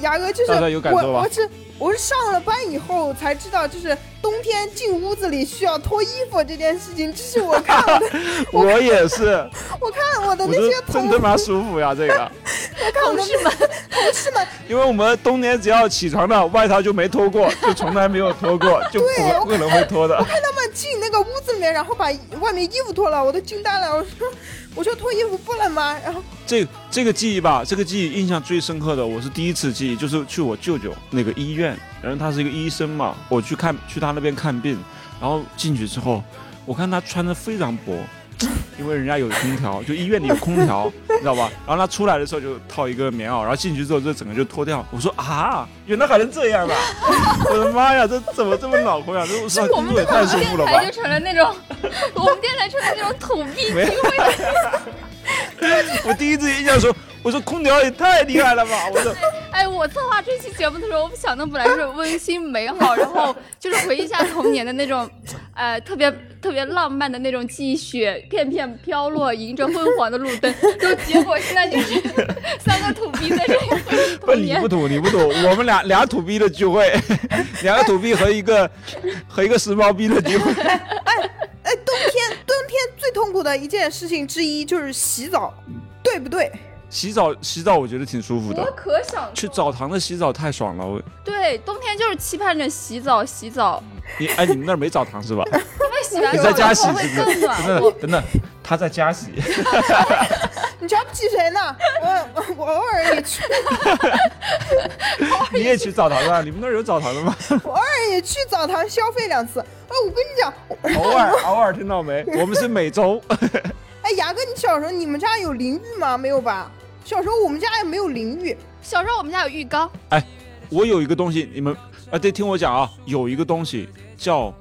S3: 牙哥就是
S1: 大家有感受吧
S3: 我，我是我是上了班以后才知道，就是冬天进屋子里需要脱衣服这件事情，这是我看 *laughs* 我的，
S1: 我也是，
S3: 我看我的
S1: 我
S3: 那
S1: 觉
S3: 些
S1: 得
S3: 同
S1: 真他妈舒服呀，这个。
S3: 同事们，同事们，
S1: 因为我们冬天只要起床了，外套就没脱过，就从来没有脱过，就
S3: 对
S1: 不不可能会脱的。
S3: 看他们进那个屋子里面，然后把外面衣服脱了，我都惊呆了。我说，我说脱衣服不冷吗？然后
S1: 这这个记忆吧，这个记忆印象最深刻的，我是第一次记忆，就是去我舅舅那个医院，然后他是一个医生嘛，我去看去他那边看病，然后进去之后，我看他穿的非常薄。因为人家有空调，就医院里有空
S2: *laughs*
S1: 调，你知道吧？然后他出来的时候就套一个棉袄，然后进去之后就整个就脱掉。我说啊，原来还能这样啊！我的妈呀，这怎么这么脑回啊？这这
S2: 我
S1: 工
S2: 们
S1: 作也太舒服
S2: 电
S1: 了吧
S2: 台！就成了那种，我们电台成了那种土逼
S1: 没有， *laughs* 我第一次印象说，我说空调也太厉害了 *laughs* 吧！我说
S2: 哎，我策划这期节目的时候，我们想的本来是温馨美好，然后就是回忆一下童年的那种，呃，特别特别浪漫的那种记忆，雪片片飘落，迎着昏黄的路灯。就结果现在就是 *laughs* 三个土逼在这里
S1: 不，你
S2: 回忆童年
S1: 不。土，你不土，我们俩俩土逼的聚 *laughs* 会，两个土逼和一个和一个时髦逼的聚会。
S3: 哎，冬天冬天最痛苦的一件事情之一就是洗澡，对不对？
S1: 洗澡洗澡我觉得挺舒服
S2: 我
S1: 的，
S2: 可想
S1: 去澡堂的洗澡太爽了。我
S2: 对，冬天就是期盼着洗澡洗澡，
S1: 你哎，你们那儿没澡堂 *laughs* 是吧？
S2: 因为洗完
S1: 你
S2: 澡
S1: 在家
S2: 之
S1: 洗
S2: 后
S1: 是
S2: 会
S1: 不是？
S2: 更暖
S1: 等
S2: 和
S1: 等。等等，他在家 *laughs* 洗，
S3: 你瞧不起谁呢？我我我偶尔也去， *laughs*
S1: 你也去澡堂啊？你们那儿有澡堂的吗？
S3: 我偶尔也去澡堂消费两次。哎，我跟你讲，我
S1: 偶尔偶尔听到没？ *laughs* 我们是每周。
S3: 哎，牙哥，你小时候你们家有淋浴吗？没有吧？小时候我们家也没有淋浴。
S2: 小时候我们家有浴缸，
S1: 我有一个东西，你们啊，对，听我讲啊，有一个东西叫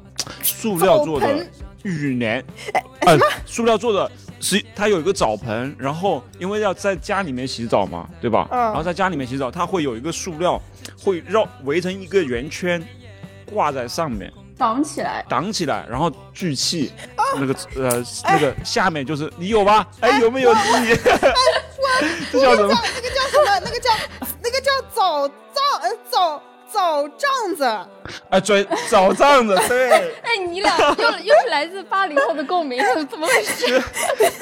S1: 塑料做
S3: 澡
S1: 的
S3: 盆哎
S1: 浴帘，呃，塑料做的是它有一个澡盆，然后因为要在家里面洗澡嘛，对吧？
S3: 嗯
S1: 然后在家里面洗澡，它会有一个塑料，会绕围成一个圆圈，挂在上面
S2: 挡起来。
S1: 挡起来，然后聚气，
S3: 哦
S1: 那个呃
S3: 哎
S1: 那个下面就是你有吧？哎，有 *laughs* 没有你？这叫什么？
S3: 那个叫什么？那个叫那个叫澡帐，呃，澡澡帐子。
S1: 哎，转澡帐子，对。
S2: *laughs* 哎，你俩又又是来自八零后的共鸣， *laughs* 怎么回事？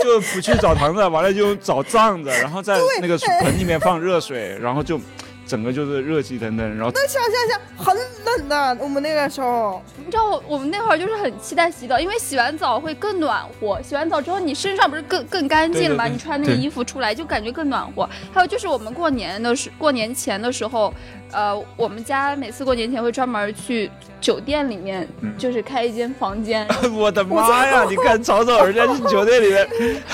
S1: 就不去澡堂子，完了就用澡帐子，然后在那个盆里面放热水，然后就整个就是热气腾腾，然后
S3: 那想想想，很冷的，我们那个时候。
S2: 你知道我我们那会儿就是很期待洗澡，因为洗完澡会更暖和。洗完澡之后，你身上不是更更干净了吗？
S1: 对对对
S2: 你穿那个
S1: 对
S2: 衣服出来就感觉更暖和。还有就是我们过年的时，过年前的时候，呃，我们家每次过年前会专门去酒店里面，
S1: 嗯
S2: 就是开一间
S1: *laughs*
S2: 房间，
S1: 我的妈呀！你看曹总人家去酒店里面，
S2: *laughs*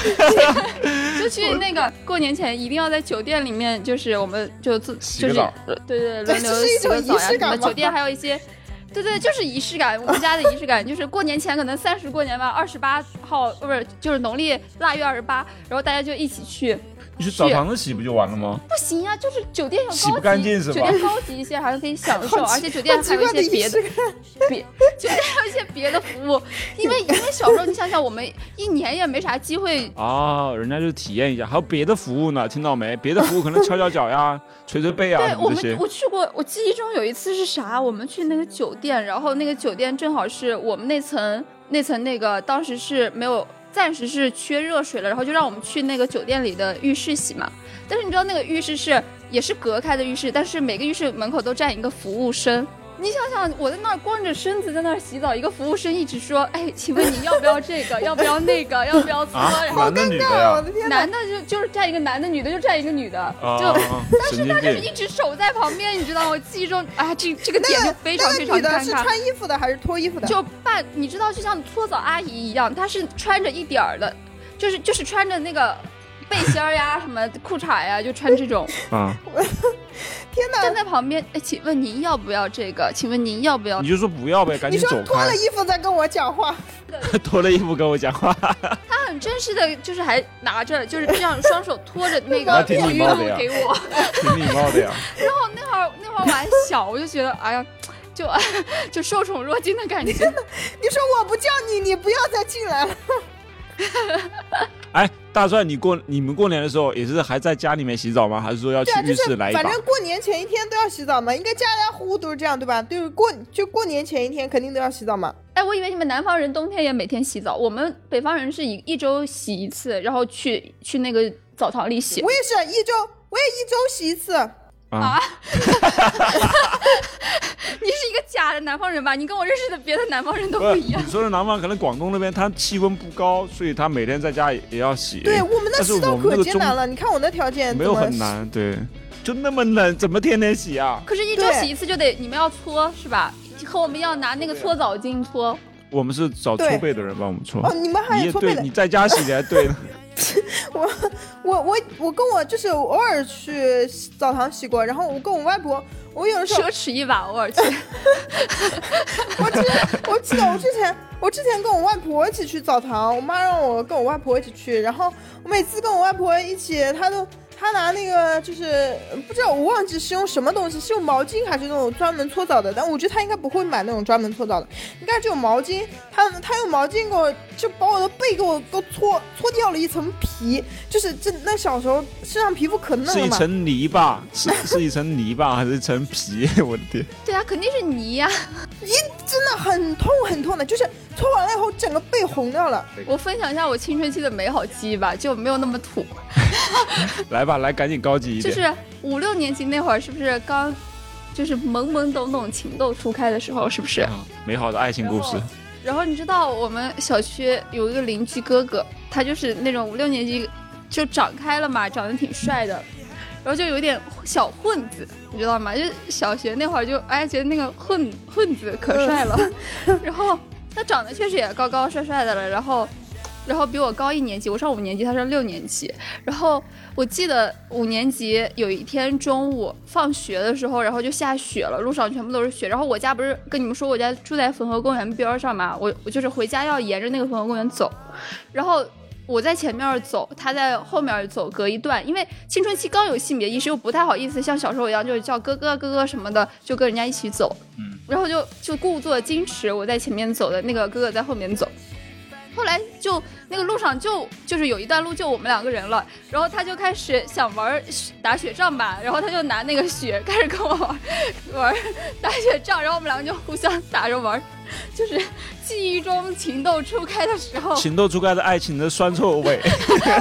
S2: 就去那个过年前一定要在酒店里面，就是我们就自
S1: 洗
S2: 就
S1: 个
S2: 是
S1: 澡
S2: 呃对对轮流
S3: 这是一
S2: 洗个
S3: 种
S2: 澡呀
S3: 仪式
S2: 什么
S3: 感吗
S2: 酒店还有一些。对对，就是仪式感。我们家的仪式感就是过年前可能三十过年吧，二十八号不是就是农历腊月二十八，然后大家就一起去。
S1: 你去澡堂子洗不就完了吗？
S2: 不行呀、就是酒店有高级，
S1: 洗不干净是吧
S2: 酒店高级一些，还是可以享受，而且酒店
S3: 很
S2: 还
S3: 奇
S2: 有一
S3: 怪的
S2: 些
S3: 仪
S2: 别的
S3: 式感。
S2: 别，酒店还有一些别的服务。因为因为小时候你想想，我们一年也没啥机会
S1: 啊，人家就体验一下，还有别的服务呢，听到没？别的服务可能敲敲脚呀、 *laughs* 捶捶背啊
S2: 对
S1: 什
S2: 我
S1: 么这
S2: 们
S1: 些，。
S2: 我去过，我记忆中有一次是啥？我们去那个酒店，然后那个酒店正好是我们那层那层那个当时是没有，暂时是缺热水了，然后就让我们去那个酒店里的浴室洗嘛。但是你知道那个浴室是也是隔开的浴室，但是每个浴室门口都站一个服务生。你想想，我在那儿光着身子在那儿洗澡，一个服务生一直说：“哎，请问你要不要
S1: *laughs*
S2: 这个？要不要那个？要不要搓？”
S1: 啊，
S2: 然后
S1: 男的女的
S3: 我
S1: 呀？
S3: 的天哪！
S2: 男的就就是站一个男的，女的就站一个女的，
S1: 啊
S2: 就， *laughs*
S1: 神经
S2: 就是
S1: 病！
S2: 一直守在旁边，你知道吗？记忆中啊，这这个点就非常
S3: 那
S2: 非
S3: 个
S2: 常
S3: 女的
S2: 尴
S3: 是
S2: 尬。
S3: 穿衣服的还是脱衣服的？
S2: 就扮，你知道，就像搓澡阿姨一样，她是穿着一点儿的，就是就是穿着那个背心儿呀、什么裤衩呀，就穿这
S3: *laughs*
S2: 种。
S1: 啊，
S3: 天哪
S2: 站！在旁边，哎，请问您要不要这个？请问您要不要
S1: 你？就说不要呗，赶
S3: 你
S1: 紧
S3: 说
S1: 走
S3: 脱
S1: 开
S3: 了。衣服再跟我讲话，
S1: *laughs* 脱了衣服跟我讲话，
S2: 他很真实的，就是还拿着，就是这样双手托着
S1: 那
S2: 那个
S1: 挺
S2: 沐
S1: 礼
S2: 浴
S1: 貌的
S2: 露
S1: 呀
S2: 给我。 *laughs*
S1: 挺礼貌的呀。
S2: 那会儿那会儿我还小，我就觉得哎呀，就 *laughs* 就受宠若惊的感觉。
S3: 你说我不叫你，你不要再进来了。
S1: 哎，大帅，你过你们过年的时候也是还在家里面洗澡吗？还是说要去
S3: 对啊，
S1: 浴
S3: 就
S1: 室
S3: 是
S1: 来一
S3: 反
S1: 把？
S3: 正过年前一天都要洗澡嘛，应该家家户户都是这样，对吧？就是过就过年前一天肯定都要洗澡嘛。
S2: 哎，我以为你们南方人冬天也每天洗澡，我们北方人是一一周洗一次，然后去去那个澡堂里洗。
S3: 我也是一周，我也一周洗一次。
S1: 啊，
S2: 你是一个假的南方人吧？你跟我认识的别的南方人都
S1: 不
S2: 不
S1: 是
S2: 一样
S1: 你。说的南方，可能广东那边它气温不高，所以他每天在家也也要洗。
S3: 对我们那
S1: 但是
S3: 洗澡
S1: 我们这
S3: 可
S1: 个
S3: 艰
S1: 中
S3: 难了，你看我那条件
S1: 没有
S3: 怎么
S1: 很难，对，就那么冷，怎么天天洗啊？
S2: 可是，一周
S3: 对
S2: 洗一次就得你们要搓是吧？和我们要拿那个搓澡巾搓。
S1: 我们是找
S3: 对
S1: 搓背的人帮我们搓。
S3: 哦，你们还
S1: 你
S3: 有
S1: 也
S3: 搓背
S1: 对，
S3: 的
S1: 你。在家洗才
S3: *laughs*
S1: 对呢。
S3: 我我我我跟我就是偶尔去澡堂洗过，然后我跟我外婆，我有的时候
S1: *laughs*
S2: 奢侈一把，偶尔
S3: *laughs*
S2: 去。
S3: 我之前我记得我之前我之前跟我外婆一起去澡堂，我妈让我跟我外婆一起去，然后我每次跟我外婆一起，她都她拿那个就是呃不知道我忘记是用什么东西，是用毛巾还是那种专门搓澡的，但我觉得她应该不会买那种专门搓澡的，应该只有毛巾，她她用毛巾给我就把我的背给我都搓搓掉了一层皮，就是这那小时候身上皮肤可嫩
S1: 是
S3: 了
S1: 一
S3: 嘛，
S1: 层泥巴，是是一层泥巴还是一层皮？ *laughs* 我的天！
S2: 对啊，肯定是泥呀、
S3: 真的很痛很痛的，就是搓完了以后整个背红掉了。
S2: 我分享一下我青春期的美好记忆吧，就没有那么土。
S1: 来吧，来，赶紧高级一
S2: 就
S1: 点。
S2: 是五六年级那会儿，是不是刚就是懵懵懂懂情窦初开的时候，是不是？
S1: 啊美好的爱情故事
S2: 然，然后你知道我们小区有一个邻居哥哥，他就是那种五六年级就长开了嘛，长得挺帅的，然后就有点小混子，你知道吗？就小学那会儿就哎觉得那个混混子可帅了，然后他长得确实也高高帅帅的了，然后。然后比我高一年级，我上五年级，他上六年级。然后我记得五年级有一天中午放学的时候，然后就下雪了，路上全部都是雪。然后我家不是跟你们说我家住在汾河公园边儿上嘛，我我就是回家要沿着那个汾河公园走，然后我在前面走，他在后面走，隔一段，因为青春期刚有性别意识，又不太好意思像小时候一样，就是叫哥哥哥哥什么的，就跟人家一起走。
S1: 嗯，
S2: 然后就就故作矜持，我在前面走的那个哥哥在后面走。后来就那个路上就就是有一段路就我们两个人了，然后他就开始想玩雪打雪仗吧，然后他就拿那个雪开始跟我玩玩 *laughs* 打雪仗，然后我们两个就互相打着玩，就是记忆中情窦初开的时候，
S3: 哦
S1: 情窦初开的爱情的酸臭
S3: *laughs*
S1: 味。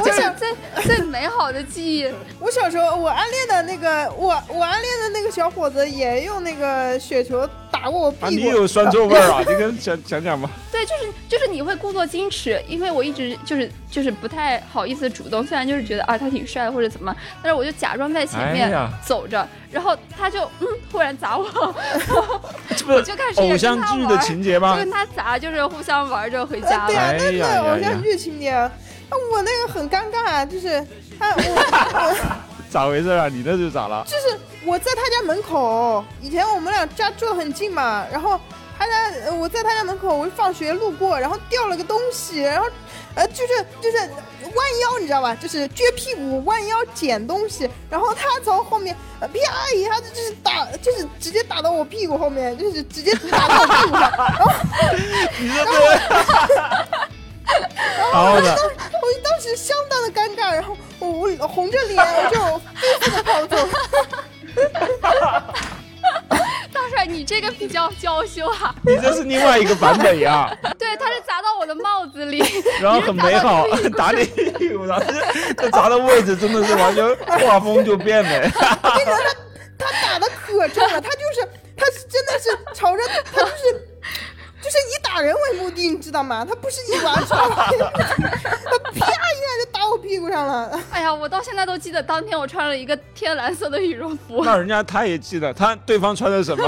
S2: 就是最最美好的记忆。
S3: 我小时候，我暗恋的那个，我我暗恋的那个小伙子也用那个雪球打过我屁股。
S1: 啊，你也有酸臭味儿啊？ *laughs* 你跟讲讲讲吧。
S2: 对，就是就是你会故作矜持，因为我一直就是就是不太好意思主动，虽然就是觉得啊他挺帅或者怎么，但是我就假装在前
S1: 哎
S2: 面
S1: 呀
S2: 走着，然后他就嗯忽然砸我，
S1: 这
S2: 我
S1: *laughs* 不
S2: 就开始
S1: 偶像剧的情节
S2: 节
S1: 吗
S2: 就？跟他砸，就是互相玩着回
S3: 呃
S2: 家
S3: 对
S2: 了。
S3: 啊，
S1: 哎
S3: 那
S1: 呀
S3: 那偶
S1: 呀
S3: 像
S1: 呀
S3: 剧情节啊，啊我那个很尴尬啊，就是他我
S1: 咋回事啊？你那是咋了？
S3: 就是我在他家门口，以前我们俩家住得很近嘛，然后他家呃我在他家门口，我放学路过，然后掉了个东西，然后呃就是就是弯腰，你知道吧？就是撅屁股弯腰捡东西，然后他从后面呃啪一下子就是打，就是直接打到我屁股后面，就是直接打到我屁股上，
S1: 你这是。然后呢？
S3: 我当时相当的尴尬，然后我我红着脸，我就飞速的跑走。
S1: 啊
S2: 大帅，你这个比较娇羞啊！ *laughs*
S1: 你这是另外一个版本呀，
S2: 对，他是砸到我的帽子里， *laughs*
S1: 然后很美好，打你屁股上，这这砸的位置真的是完全画风就变了。
S2: *laughs*
S3: 他打的可重了，他就是他是真的是朝着他就是就是以打人为目的，你知道吗？他不是以玩耍为
S2: *laughs*
S3: 目的，他啪一下就打我屁股上了。
S2: 哎呀，我到现在都记得当天我穿了一个天蓝色的羽绒服，
S1: 那人家他也记得，他对方穿的什
S2: *laughs*
S1: 么？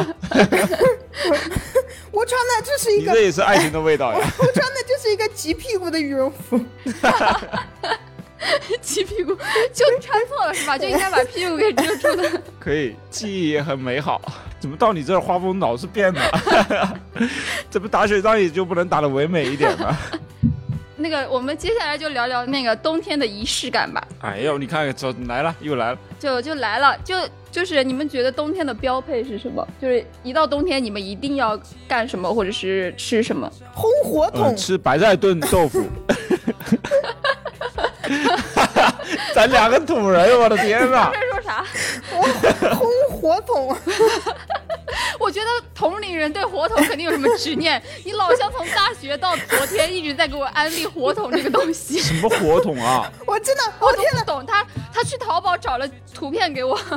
S3: 我穿的这是一
S1: 你
S3: 个
S1: 这也是爱情的味道呀。
S3: 我穿的这是一个挤屁股的羽绒服。
S2: 鸡屁股就猜错了是吧？就应该把屁股给遮住的。
S1: 可以，记忆也很美好。怎么到你这儿画风老是变的？
S2: *laughs*
S1: 怎么打雪仗也就不能打的唯美一点
S2: *laughs*
S1: 吗？
S2: 那个，我们接下来就聊聊那个冬天的仪式感吧。
S1: 哎呦，你看，走来了，又来了。
S2: 就就来了，就就是你们觉得冬天的标配是什么？就是一到冬天你们一定要干什么，或者是吃什么？
S3: 烘火
S1: 嗯，
S3: 筒，
S1: 吃白菜炖豆腐。 *laughs* 咱两个土人，我的天 *laughs* 呐！
S2: 在说啥？
S3: 烘火筒，
S2: 我觉得同龄人对火筒肯定有什么执 *laughs* 念。你老乡从大学到昨天一直在给我安利火筒这个东 *laughs* 西，
S1: 什么火筒啊？
S3: 我真的，
S2: 我都不懂。他他去淘宝找了图片给我，
S3: 哎，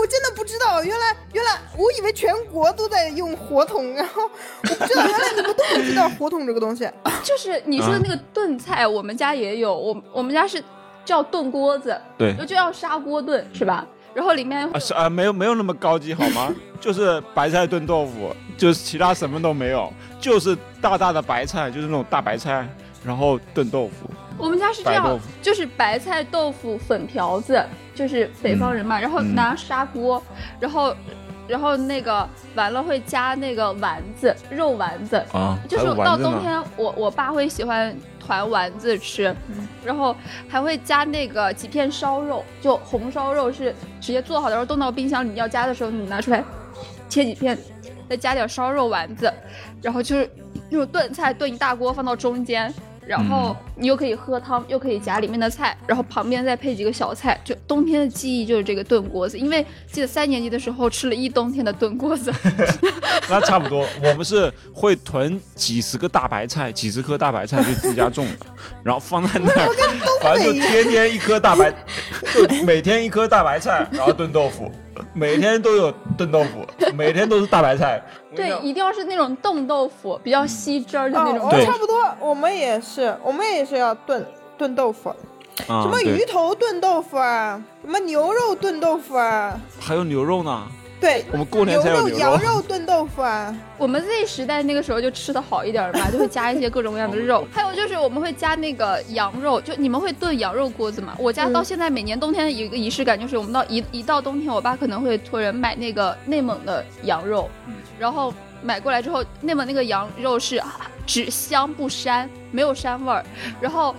S3: 我真的不知道，原来原来我以为全国都在用火筒，然后我不知道，原来你们都不知道火筒这个东西。
S2: 就是你说的那个炖菜，我们家也有，我我们家是叫炖锅子，
S1: 对
S2: 就叫砂锅炖是吧？然后里面
S1: 啊是啊，没有没有那么高级好吗？就是白菜炖豆腐，就是其他什么都没有，就是大大的白菜，就是那种大白菜，然后炖豆腐。
S2: 我们家是这
S1: 白豆
S2: 样
S1: 腐，
S2: 就是白菜、豆腐、粉条子，就是北方人
S1: 嗯
S2: 嘛，然后拿砂锅，然后，然后那个完了会加那个丸子，肉丸子，
S1: 啊
S2: 就是到冬天我我爸会喜欢团丸子吃，然后还会加那个几片烧肉，就红烧肉是直接做好的，然后冻到冰箱里，你要加的时候你拿出来切几片，再加点烧肉丸子，然后就是那种炖菜炖一大锅放到中间，然后你又可以喝汤，又可以夹里面的菜，然后旁边再配几个小菜。就冬天的记忆就是这个炖锅子，因为记得三年级的时候吃了一冬天的炖锅子，
S1: 那差不多，我们是会囤几十个大白菜，几十颗大白菜去自家种的，然后放在那
S3: *laughs*
S1: 儿， *laughs* 反正就天天一颗大白，就每天一颗大白菜，然后炖豆腐，每天都有炖豆腐，每天都是大白
S3: *laughs*
S1: 菜。嗯我跟你
S2: 对，
S1: 讲
S2: 一定要是那种冻豆腐，比较吸汁儿的那种
S3: 哦，
S1: 对
S3: 差不多，我们也是，我们也是要炖炖豆腐，
S1: 啊
S3: 什么
S1: 对
S3: 鱼头炖豆腐啊，什么牛肉炖豆腐啊，
S1: 还有牛肉呢，
S3: 对，
S1: 我们过年
S3: 牛
S1: 才有
S3: 肉、
S1: 牛
S3: 羊肉炖豆腐啊，
S2: 我们 Z 时代那个时候就吃的好一点儿嘛，就会加一些各种各样的肉， *laughs* 还有就是我们会加那个羊肉，就你们会炖羊肉锅子吗？我家到现在每年冬天有一个仪式感，就是我们到一一到冬天，我爸可能会托人买那个内蒙的羊肉，然后买过来之后，内蒙那个羊肉是啊只香不膻，没有膻味儿，然后。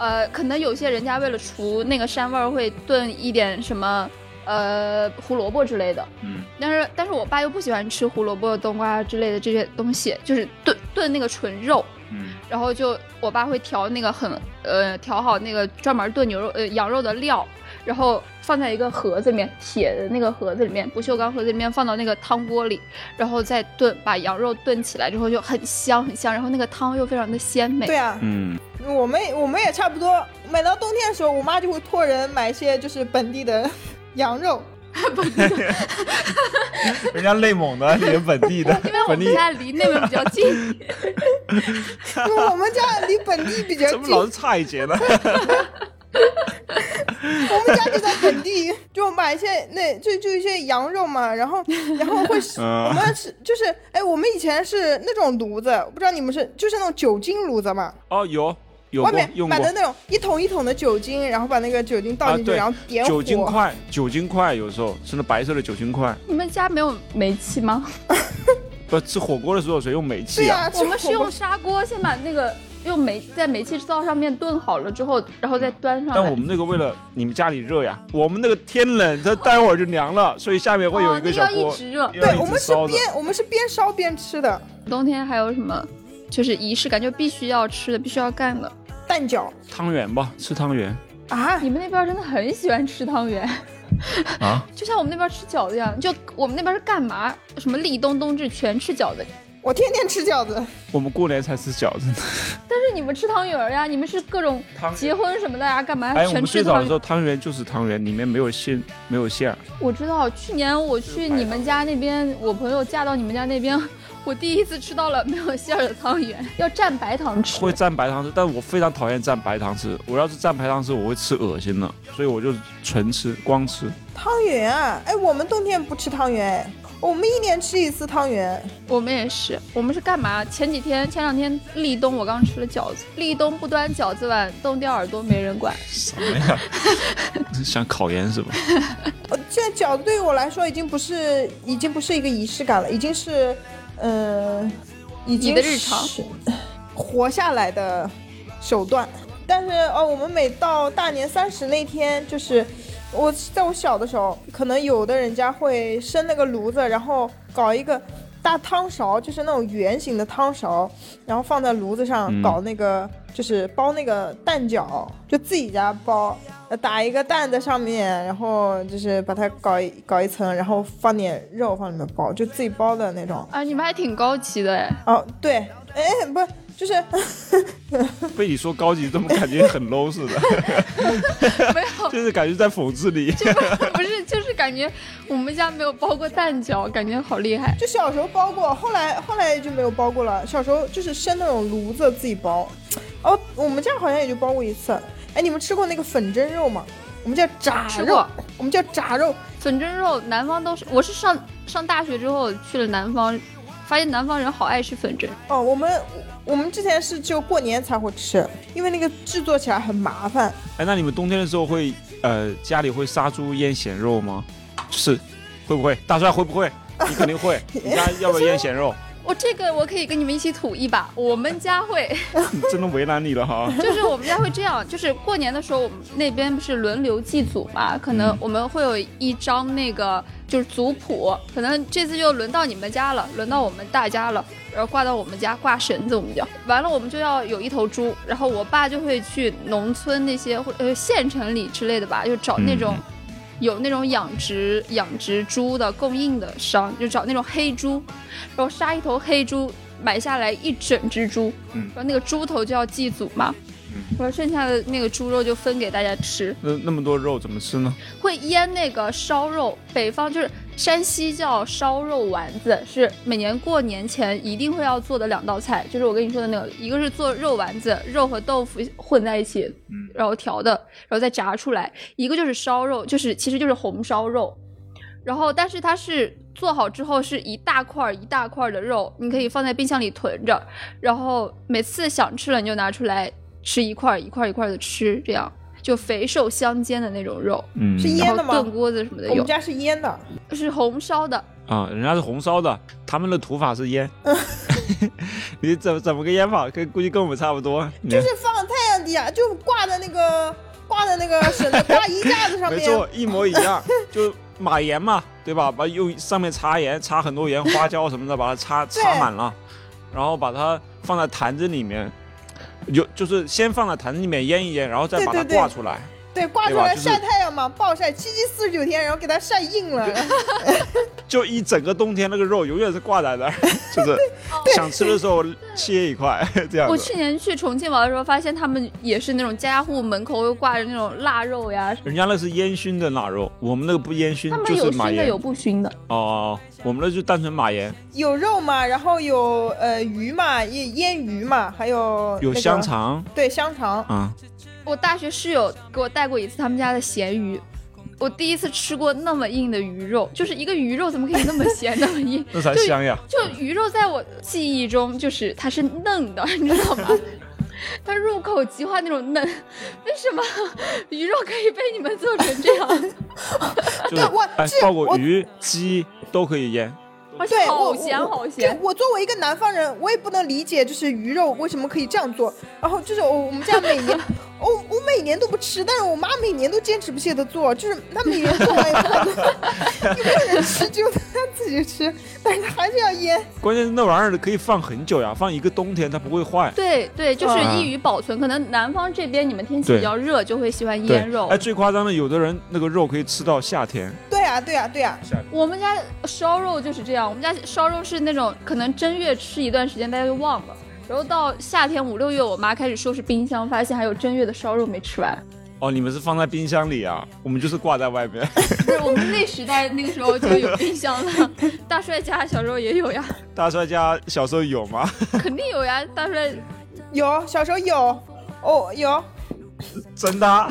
S2: 呃，可能有些人家为了除那个膻味儿，会炖一点什么，呃，胡萝卜之类的。
S1: 嗯，
S2: 但是但是我爸又不喜欢吃胡萝卜、冬瓜之类的这些东西，就是炖炖那个纯肉，
S1: 嗯，
S2: 然后就我爸会调那个很呃调好那个专门炖牛肉呃羊肉的料，然后放在一个盒子里面，铁的那个盒子里面，不锈钢盒子里面放到那个汤锅里，然后再炖，把羊肉炖起来之后就很香很香，然后那个汤又非常的鲜美。
S3: 对啊，
S1: 嗯，
S3: 我们我们也差不多。每到冬天的时候，我妈就会托人买一些就是本地的 *laughs* 羊
S1: *laughs*
S3: 肉，
S1: 人家内蒙的，你们本地
S3: *laughs*
S1: 的，
S2: 因为我
S1: 本
S2: 们
S1: 地
S2: 家离内蒙比较近， *laughs*
S3: 因为我们家离本地比较
S1: 怎么
S3: 近，
S1: 老
S3: 我
S1: 是差一截
S3: *laughs*
S1: 呢？
S3: 们家就在本地，就买一些那就就一些羊肉嘛，然后然后会是我
S1: 嗯
S3: 们是就是哎，我们以前是那种炉子，我不知道你们是就是那种酒精炉子嘛，
S1: 哦，有有
S3: 外
S1: 过
S3: 面
S1: 用
S3: 买
S1: 过
S3: 的。那种一桶一桶的酒精，然后把那个酒精倒
S1: 啊，
S3: 进去，
S1: 对，
S3: 然后点火。
S1: 酒精块，酒精块有时候是那白色的酒精块。
S2: 你们家没有煤气吗？
S1: 不吃火锅的时候谁用煤
S3: 对
S1: 气啊？
S2: *laughs*
S3: 呀、
S2: 我们是
S3: 火锅
S2: 用砂锅先把那个用煤在煤气灶上面炖好了之后，然后再端上来。
S1: 但我们那个为了你们家里热呀，我们那个天冷，它待会儿就凉了，所以下面会有一个小
S2: 哦、那要
S1: 锅
S2: 一，直热。
S1: 要
S3: 对，
S1: 一
S3: 我
S1: 直
S3: 们是
S1: 烧着
S3: 边我们是边烧边吃的
S2: 冬天还有什么？就是仪式感，就必须要吃的，必须要干的。
S3: 蛋饺
S1: 汤圆吧，吃汤圆
S3: 啊，
S2: 你们那边真的很喜欢吃汤圆，
S1: 啊，
S2: *laughs* 就像我们那边吃饺子一样。就我们那边是干嘛？什么立冬、冬至全吃饺子，
S3: 我天天吃饺子，
S1: 我们过年才吃饺子呢。
S2: 但是你们吃汤圆儿呀，你们是各种
S1: 汤圆
S2: 结婚什么的呀，干嘛
S1: 哎，我
S2: 啊全
S1: 们
S2: 吃
S1: 最早
S2: 汤
S1: 的时
S2: 圆？
S1: 候汤圆就是汤圆，里面没有馅，没有馅儿。
S2: 我知道，去年我去你们家那边，我朋友嫁到你们家那边，我第一次吃到了没有馅儿的汤圆，要蘸白糖吃。
S1: 会蘸白糖吃，但我非常讨厌蘸白糖吃。我要是蘸白糖吃，我会吃恶心的，所以我就纯吃，光吃。
S3: 汤圆啊，哎，我们冬天不吃汤圆，哎我们一年吃一次汤圆，
S2: 我们也是，我们是干嘛？前几天、前两天立冬，我刚吃了饺子。立冬不端饺子碗，冻掉耳朵没人管。
S1: 什么呀？ *laughs* 想考研是吧？
S3: 呃，现在饺子对于我来说已经不是已经不是一个仪式感了，已经是，嗯，已经
S2: 的日常
S3: 是呃活下来的手段。但是哦，我们每到大年三十那天，就是我在我小的时候，可能有的人家会生那个炉子，然后搞一个大汤勺，就是那种圆形的汤勺，然后放在炉子上
S1: 嗯
S3: 搞那个，就是包那个蛋饺，就自己家包，呃打一个蛋在上面，然后就是把它搞一搞一层，然后放点肉放里面包，就自己包的那种。
S2: 啊，你们还挺高级的哎。
S3: 哦，对，哎，不就是
S1: 被你说高级，怎么感觉很 low 似
S3: *laughs*
S1: 的？
S2: 没
S1: *laughs*
S2: 有，
S1: 就是感觉在讽刺你。
S2: 不是，就是感觉我们家没有包过蛋饺，感觉好厉害。
S3: 就小时候包过，后来后来就没有包过了。小时候就是生那种炉子自己包，哦，我们家好像也就包过一次。哎，你们吃过那个粉蒸肉吗？我们叫炸
S2: 啊吃
S3: 肉
S2: 过，
S3: 我们叫炸肉，
S2: 粉蒸肉，南方都是。我是上上大学之后去了南方，发现南方人好爱吃粉蒸。
S3: 哦，我们我们之前是只有过年才会吃，因为那个制作起来很麻烦。
S1: 哎，那你们冬天的时候会呃家里会杀猪腌咸肉吗？是，会不会？大帅会不会？你肯定 *laughs* 会。你家要不要腌咸肉？
S2: 我哦这个我可以跟你们一起吐一把。我们家会，
S1: *laughs* 真的为难你了哈。
S2: 就是我们家会这样，就是过年的时候，我们那边不是轮流祭祖嘛，可能我们会有一张那个就是族谱，可能这次就轮到你们家了，轮到我们大家了，然后挂到我们家挂绳子，我们叫完了，我们就要有一头猪，然后我爸就会去农村那些或呃县城里之类的吧，就找那种。有那种养殖养殖猪的供应的商，就找那种黑猪，然后杀一头黑猪，买下来一整只猪，
S1: 嗯
S2: 然后那个猪头就要祭祖嘛，然后剩下的那个猪肉就分给大家吃，
S1: *laughs* 那那么多肉怎么吃呢？
S2: 会腌那个烧肉，北方就是山西叫烧肉丸子，是每年过年前一定会要做的两道菜，就是我跟你说的那个，一个是做肉丸子，肉和豆腐混在一起，然后调的，然后再炸出来；一个就是烧肉，就是其实就是红烧肉，然后但是它是做好之后是一大块儿一大块儿的肉，你可以放在冰箱里囤着，然后每次想吃了你就拿出来吃一块儿一块儿一块的吃，这样就肥瘦相间的那种肉。
S1: 嗯
S3: 是腌的
S2: 然后
S3: 吗
S2: 炖锅子什么的
S3: 我
S2: 有
S3: 们，家是腌的，
S2: 是红烧的，
S1: 啊、人家是红烧的，他们的土法是腌。
S3: 嗯
S1: *laughs* 你怎怎么个腌法？跟估计跟我们差不多。你
S3: 就是放太阳底下，就挂在那个挂在那个绳子挂衣架子上
S1: 没
S3: 面。
S1: 错，一模一
S2: *laughs*
S1: 样，就码盐嘛，对吧？把用上面擦盐，擦很多盐，花椒什么的，把它擦
S3: 对
S1: 擦满了，然后把它放在坛子里面，就就是先放在坛子里面腌一腌，然后再
S3: 对
S1: 把它
S3: 对对
S1: 挂出来。
S3: 对，挂出
S1: 对吧
S3: 来
S1: 就是
S3: 晒太阳嘛，暴晒七七四十九天，然后给它晒硬了。
S1: 就一整个冬天，那个肉永远是挂在那
S2: *laughs*
S1: 儿，就是想吃的时候切一块这样
S2: 我
S1: 子。
S2: 去年去重庆玩的时候，发现他们也是那种家家户户门口又挂着那种腊肉呀，
S1: 人家那是烟熏的腊肉，我们那个不烟熏
S2: 他，们
S1: 嗯就
S2: 有
S1: 是
S2: 熏
S1: 码
S2: 的
S1: 盐
S2: 有。不熏的，
S1: 哦，我们那就单纯码盐，
S3: 有肉嘛，然后有呃鱼嘛，腌腌鱼嘛，还有、
S1: 有香，肠
S3: 对香肠，
S1: 啊、
S2: 我大学室友给我带过一次他们家的咸鱼，我第一次吃过那么硬的鱼肉，就是一个鱼肉怎么可以那么咸那么硬？ *laughs*
S1: 那才
S2: 就
S1: 香呀！
S2: 就鱼肉在我记忆中就是它是嫩的，你知道吗？ *laughs* 它入口即化那种嫩，为什么鱼肉可以被你们做成这样？
S1: *laughs* 就是
S3: 我
S1: 哎
S3: 这，
S1: 包括
S3: 我
S1: 鱼、鸡都可以腌。
S2: 而且
S3: 对，
S2: 好
S3: 我
S2: 咸
S3: 我
S2: 好
S3: 对
S2: 咸，
S3: 我作为一个南方人，我也不能理解，就是鱼肉为什么可以这样做。然后就是我我们家每年，我我每年都不吃，但是我妈每年都坚持不懈的做，就是她每年做完以后，
S1: *laughs*
S3: 有没有人吃，只有她自己吃，但是她还是要腌。
S1: 关键是那玩意儿可以放很久呀，放一个冬天它不会坏。
S2: 对对，就是
S1: 啊
S2: 易于保存。可能南方这边你们天气
S1: 对
S2: 比较热，就会喜欢
S1: 对
S2: 腌，肉
S1: 哎，。最夸张的，有的人那个肉可以吃到夏天。
S3: 对啊，对啊，对啊，
S2: 我们家烧肉就是这样，我们家烧肉是那种可能正月吃一段时间大家就忘了，然后到夏天五六月，我妈开始收拾冰箱，发现还有正月的烧肉没吃完。
S1: 哦，你们是放在冰箱里啊，我们就是挂在外面。
S2: 不是我们那时代那个时候就有冰箱了， *laughs* 大帅家小时候也有呀，
S1: *laughs* 大帅家小时候有吗？ *laughs*
S2: 肯定有呀，大帅
S3: 有小时候有，哦有，
S1: 真的啊？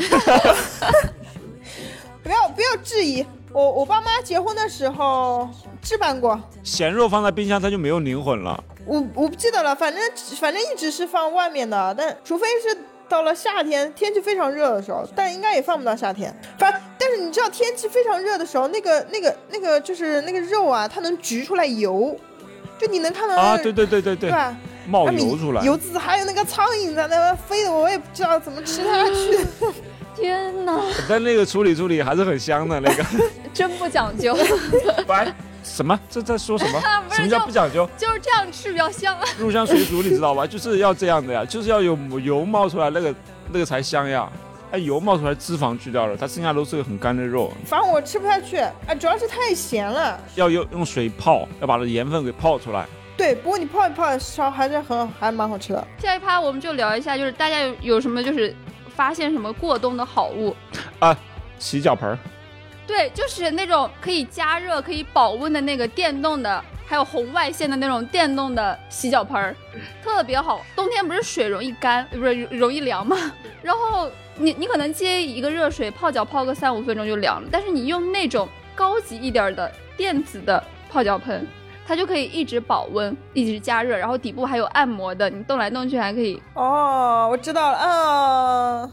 S3: 不要不要质疑。我我爸妈结婚的时候置办过，
S1: 咸肉放在冰箱它就没有灵魂了。
S3: 我我不记得了，反正反正一直是放外面的，但除非是到了夏天，天气非常热的时候，但应该也放不到夏天。反但是你知道天气非常热的时候，那个那个那个就是那个肉啊，它能焗出来油，就你能看到那个、
S1: 啊，对对对对对
S3: 呃对，吧？
S1: 冒
S3: 那米
S1: 油出来。
S3: 油渍还有那个苍蝇在那边飞的，我也不知道怎么
S1: *laughs*
S3: 吃它下去。
S2: 天哪，
S1: 但那个处理处理还是很香的那
S3: *laughs*
S1: 个。
S2: 真不讲究， *laughs*
S1: 喂，什么？这在说什么
S2: 不？是
S1: 什么叫
S2: 就
S1: 不讲究？
S2: 就是这样吃比较香。
S1: 入乡随俗，你知道吧？ *laughs* 就是要这样的呀，就是要有油冒出来，那个那个才香呀。哎，油冒出来，脂肪去掉了，它剩下都是个很干的肉，
S3: 反正我吃不下去啊，主要是太咸了。
S1: 要用用水泡，要把它的盐分给泡出来。
S3: 对，不过你泡一泡烧还是很还蛮好吃的。
S2: 下一趴我们就聊一下，就是大家有有什么就是发现什么过冬的好物？
S1: 洗脚盆儿，
S2: 对，就是那种可以加热、可以保温的那个电动的，还有红外线的那种电动的洗脚盆儿，特别好。冬天不是水容易干，呃不是容易凉吗？然后你你可能接一个热水泡脚泡个三五分钟就凉了，但是你用那种高级一点儿的电子的泡脚盆。它就可以一直保温，一直加热，然后底部还有按摩的，你动来动去还可以。
S3: 哦，我知道了，嗯，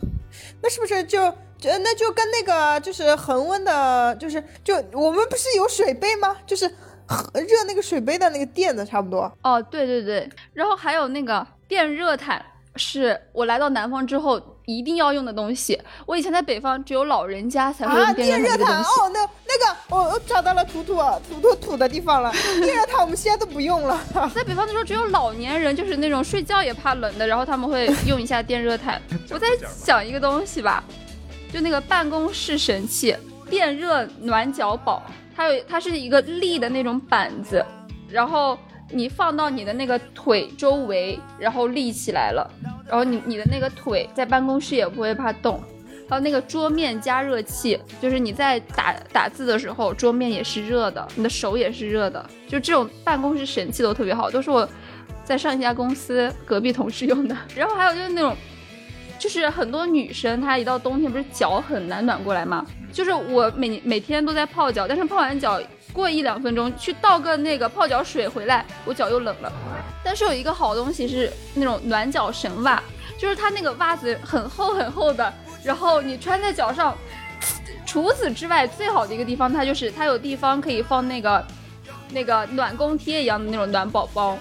S3: 那是不是就就那就跟那个就是恒温的，就是就我们不是有水杯吗？就是恒热那个水杯的那个垫子差不多。
S2: 哦，对对对，然后还有那个电热毯，是我来到南方之后一定要用的东西。我以前在北方只有老人家才会
S3: 啊，
S2: 用
S3: 电
S2: 电热
S3: 热
S2: 毯这个东
S3: 毯
S2: 西。
S3: 哦，那那个我我找到了图图图图土的地方了。 *laughs* 电热毯我们现在都不用了。
S2: 在北方的时候，只有老年人就是那种睡觉也怕冷的，然后他们会用一下电热毯。我在想一个东西吧，就那个办公室神器电热暖脚宝，它有它是一个立的那种板子，然后你放到你的那个腿周围，然后立起来了，然后你你的那个腿在办公室也不会怕冻。还有那个桌面加热器，就是你在打打字的时候，桌面也是热的，你的手也是热的，就这种办公室神器都特别好，都是我在上一家公司隔壁同事用的。然后还有就是那种，就是很多女生她一到冬天不是脚很难暖过来嘛，就是我每每天都在泡脚，但是泡完脚过一两分钟去倒个那个泡脚水回来，我脚又冷了。但是有一个好东西是那种暖脚神袜，就是它那个袜子很厚很厚的，然后你穿在脚上。除此之外，最好的一个地方，它就是它有地方可以放那个那个暖宫贴一样的那种暖宝宝，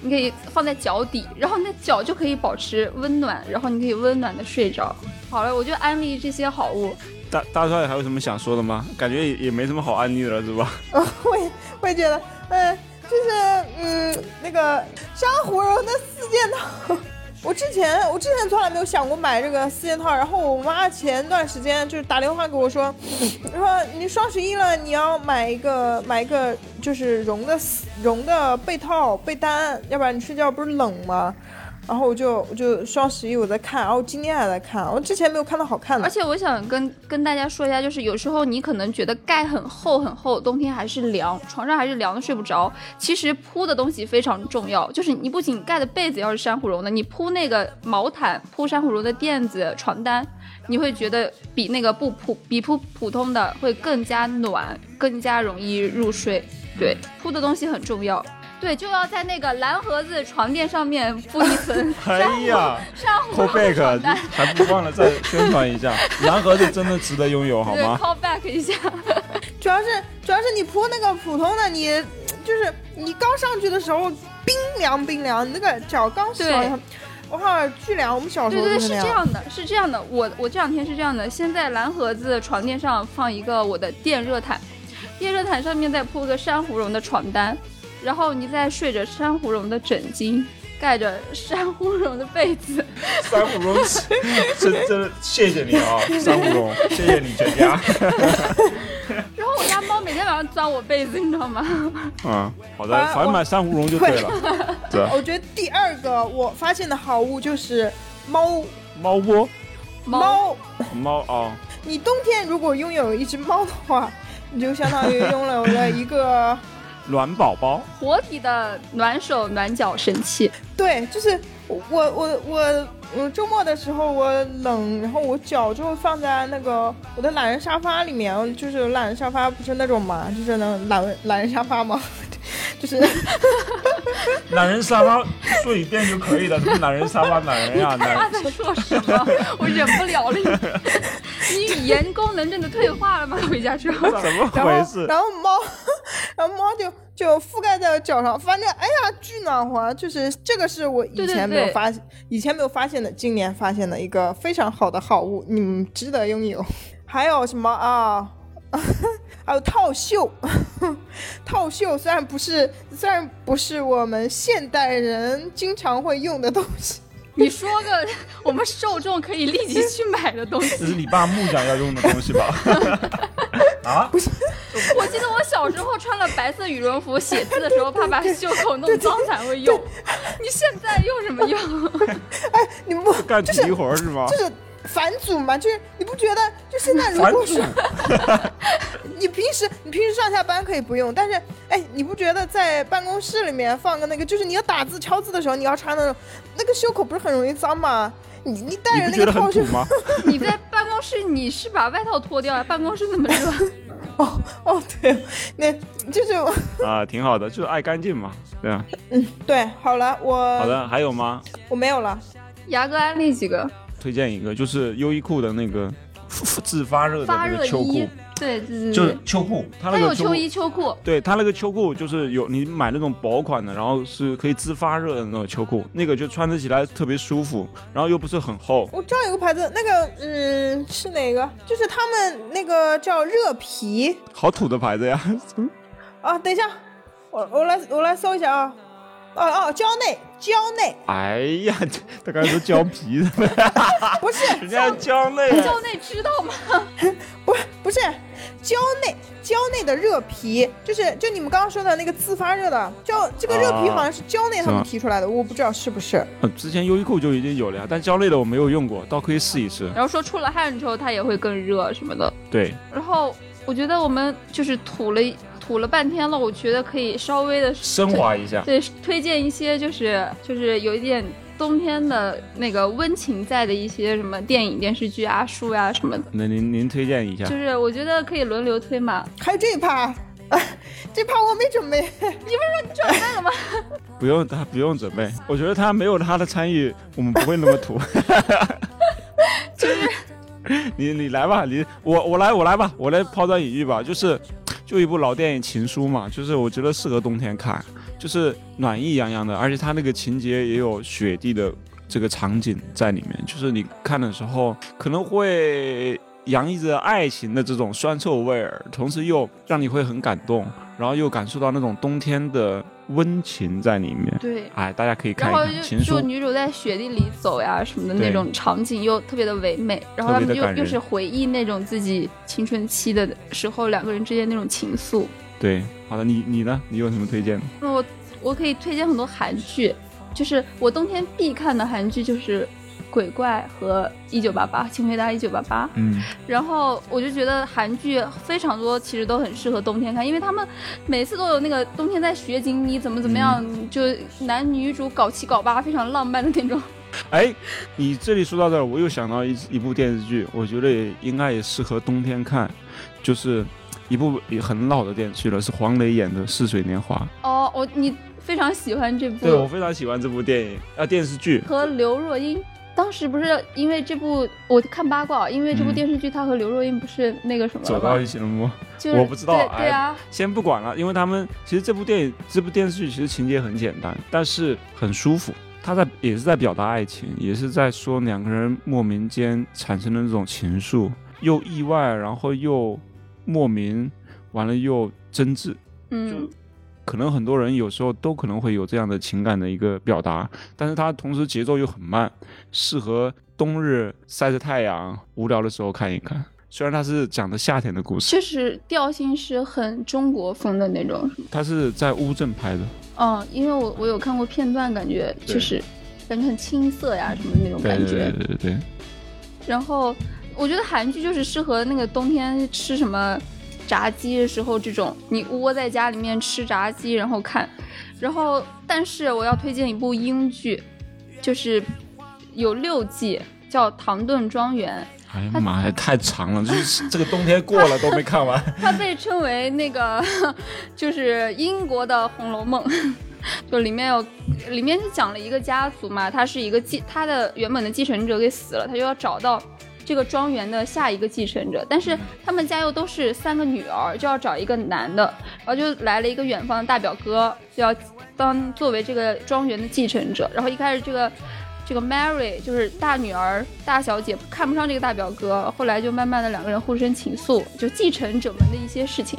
S2: 你可以放在脚底，然后你的脚就可以保持温暖，然后你可以温暖的睡着。好了，我就安利这些好物。
S1: 大大帅还有什么想说的吗？感觉也也没什么好安利的了，是吧？
S3: *laughs* 我也我也觉得，嗯，就是嗯，那个珊瑚柔的四件套。 *laughs* 我之前我之前从来没有想过买这个四件套，然后我妈前段时间就是打电话给我说，说你双十一了，你要买一个买一个就是绒的丝绒的被套被单，要不然你睡觉不是冷吗？然后我就我就双十一我在看，然后今天还在看，我之前没有看到好看
S2: *laughs*
S3: 的
S2: 而。且我想跟跟大家说一下，就是有时候你可能觉得盖很厚很厚，冬天还是凉，床上还是凉的睡不着。其实铺的东西非常重要，就是你不仅盖的被子要是珊瑚绒的，你铺那个毛毯、铺珊瑚绒的垫子、床单，你会觉得比那个不铺比铺普通的会更加暖，更加容易入睡。
S1: *laughs*
S2: 对，铺的东西很重要。对，就要在那个蓝盒子床垫上面铺一
S1: *laughs*
S2: 层
S1: 哎呀
S2: 珊瑚绒的
S1: ，callback
S2: 床单。
S1: 还不忘了再宣传一下，蓝盒子真的值得拥有，好
S2: 对
S1: 吗？
S2: ，call back 一下。
S3: 主要是主要是你铺那个普通的，你就是你刚上去的时候冰凉冰凉，你那个脚刚洗
S2: 对
S3: 完，我靠巨凉，我们小时
S2: 对
S3: 候
S2: 对对，
S3: 就
S2: 是
S3: 那
S2: 这。样的，是这样的。我我这两天是这样的，先在蓝盒子床垫上放一个我的电热毯，电热毯上面再铺个珊瑚绒的床单，然后你再睡着珊瑚绒的枕巾，盖着珊瑚绒的被子。
S1: 珊瑚绒，真真谢谢你啊，珊瑚绒，谢谢你全家。
S2: 然后我家猫每天晚上钻我被子，你知道吗？
S1: 嗯，好的，
S3: 啊
S1: 反正买珊瑚绒就对了。对，
S3: 我觉得第二个我发现的好物就是猫
S1: 猫窝，
S2: 猫
S1: 猫哦，
S3: 你冬天如果拥有一只猫的话，你就相当于拥有了一个
S1: 暖宝宝，
S2: 活体的暖手暖脚神器，
S3: 对，就是我我我我周末的时候我冷，然后我脚就放在那个我的懒人沙发里面，就是懒人沙发不是那种嘛，就是那种懒懒人沙发嘛， *laughs* 就是
S1: 懒人沙发说一遍就可以了，什么懒人沙发，懒人呀、啊
S2: *laughs* 大家
S1: 懒
S2: 在说什么？我忍不了了你，你语 *laughs* 言功能真的退化了吗？回家之后，
S1: 怎么
S3: 然
S1: 回
S3: 后
S1: 事？
S3: 然后猫，然后猫就就覆盖在脚上，反正哎呀巨暖和，就是这个是我以
S2: 对对
S3: 前没有
S2: 对
S3: 发以前没有发现的，今年发现的一个非常好的好物，你们值得拥有。 *laughs* 还有什么啊？ *laughs* 还有套袖， *laughs* 套袖虽然不是虽然不是我们现代人经常会用的东西，
S2: 你说个我们受众可以立即去买的东
S1: 这
S2: 西。 *laughs*
S1: 是你爸木匠要用的东西吧？ *laughs* 啊，
S2: 我记得我小时候穿了白色羽绒服，写字的时候怕把袖口弄脏才会用。你现在用什么用？
S3: 你不
S1: 干体力活儿是吗？
S3: 就是反祖嘛，就是你不觉得就现
S1: *laughs*
S3: 在如
S1: 反
S3: 果
S1: 祖
S3: 是 *laughs* 你平时你平时上下班可以不用，但是哎，你不觉得在办公室里面放个那个，就是你要打字敲字的时候，你要穿那种那个袖口不是很容易脏吗？你你带
S1: 你不
S3: 着那
S1: 觉
S3: 个
S1: 得很
S3: 套袖
S1: 土，吗？
S2: *laughs* 你在办公室你是把外套脱掉呀？办公室那么热，
S3: 哦 *laughs* 对，那就是我
S1: 啊，挺好的，就是爱干净嘛，对啊。
S3: 对，好了，我
S1: 好的，还有吗？
S3: 我没有了，
S2: 牙哥安利几个
S1: 推荐一个，就是优衣库的那个自发热的
S2: 发
S1: 那
S2: 热
S1: 个 *laughs* 秋
S2: 衣
S1: 裤，，
S2: 对对对
S1: 就是
S2: 对，
S1: 秋裤，它
S2: 它
S1: 那
S2: 有
S1: 个
S2: 秋衣。秋裤，
S1: 对它那个秋裤就是有你买那种薄款的，然后是可以自发热的那种秋裤，那个就穿着起来特别舒服，然后又不是很厚，
S3: 我知道有个牌子，那个嗯是哪个？就是他们那个叫热皮
S1: 好土的牌子呀！
S3: 啊，等一下，我我来我来搜一下啊，哦哦蕉内蕉内
S1: 哎呀，这他刚才说胶皮 *laughs* 的，
S3: 不是。
S1: 人家胶内啊
S2: 校内知道吗？
S3: 不是不是，蕉内蕉内的热皮，就是就你们刚刚说的那个自发热的，叫这个热皮
S1: 啊
S3: 好像是蕉内他
S1: 是
S3: 们
S1: 吗
S3: 提出来的，我不知道是不是。
S1: 呃之前优衣库就已经有了呀，但胶内的我没有用过，倒可以试一试。
S2: 然后说出了汗之后它也会更热什么的。
S1: 对，
S2: 然后我觉得我们就是吐了吐了半天了，我觉得可以稍微的
S1: 升华一下。
S2: 对推荐一些就是就是有一点冬天的那个温情在的一些什么电影、电视剧啊、书呀、什么的。
S1: 那您您推荐一下
S2: 就，是我觉得可以轮流推嘛，
S3: 还有这一趴， *laughs* 这趴我没准备。
S1: 不用他不用准备，我觉得他没有他的参与，我们不会那么土。就是 *laughs* 你你来吧，你我我来我来吧，我来抛砖引玉吧，就是就一部老电影《情书》嘛，就是我觉得适合冬天看，就是暖意洋洋的，而且它那个情节也有雪地的这个场景在里面，就是你看的时候可能会洋溢着爱情的这种酸臭味儿，同时又让你会很感动，
S2: 嗯
S1: 然后又感受到那种冬天的温情在里面。
S2: 对。
S1: 哎，大家可以看
S2: 然
S1: 一
S2: 后
S1: 看《
S2: 就
S1: 情书
S2: 就》，女主在雪地里走呀什么的那
S1: 对
S2: 种场景，又特别的唯美。然后
S1: 特
S2: 他
S1: 别
S2: 们
S1: 地
S2: 就
S1: 感
S2: 又
S1: 人
S2: 是回忆那种自己青春期的时候两个人之间那种情愫。
S1: 对，好的，你你呢？你有什么推荐的？
S2: 那我我可以推荐很多韩剧，就是我冬天必看的韩剧就是《鬼怪》和《一九八八》，请回答一九八八。
S1: 嗯，
S2: 然后我就觉得韩剧非常多，其实都很适合冬天看，因为他们每次都有那个冬天在雪景里怎么怎么样，就男女主搞七搞八，非常浪漫的那种。
S1: 哎，你这里说到这儿，我又想到一一部电视剧，我觉得也应该也适合冬天看，就是一部也很老的电视剧了，是黄磊演的《似水年华》。
S2: 哦，我你非常喜欢这
S1: 对我
S2: 部
S1: 非常喜欢这部电影啊电视剧。
S2: 和刘若英。当时不是因为这部，我看八卦，因为这部
S1: 嗯
S2: 电视剧，她和刘若英不是那个什么
S1: 走
S2: 了
S1: 到
S2: 吗？
S1: 一起了吗？
S2: 就是
S1: 我不知道
S2: 对
S1: 哎
S2: 对啊，
S1: 先不管了，因为他们其实这部电影、这部电视剧其实情节很简单，但是很舒服。他在也是在表达爱情，也是在说两个人莫名间产生的那种情愫，又意外，然后又莫名，完了又真挚。
S2: 嗯，
S1: 可能很多人有时候都可能会有这样的情感的一个表达，但是它同时节奏又很慢，适合冬日晒着太阳无聊的时候看一看。虽然它是讲的夏天的故事，
S2: 就是调性是很中国风的那种。
S1: 它是在乌镇拍的，
S2: 嗯，因为我我有看过片段，感觉
S1: 对
S2: 就是感觉很青涩呀什么那种
S1: 对
S2: 感
S1: 对
S2: 觉。
S1: 对对对对。
S2: 然后我觉得韩剧就是适合那个冬天吃什么炸鸡的时候，这种你窝在家里面吃炸鸡，然后看，然后但是我要推荐一部英剧，就是有六季，叫《唐顿庄园
S1: 哎呀妈呀，太长了，就是这个冬天过了都没看完。》，
S2: 它被称为那个 *laughs* 就是英国的《红楼梦》。 *laughs* 就里面有，里面是讲了一个家族嘛，他是一个继他的原本的继承者给死了，他就要找到这个庄园的下一个继承者，但是他们家又都是三个女儿，就要找一个男的，然后就来了一个远方的大表哥，就要当作为这个庄园的继承者，然后一开始这个。这个 Mary 就是大女儿大小姐看不上这个大表哥，后来就慢慢的两个人互生情愫，就继承者们的一些事情。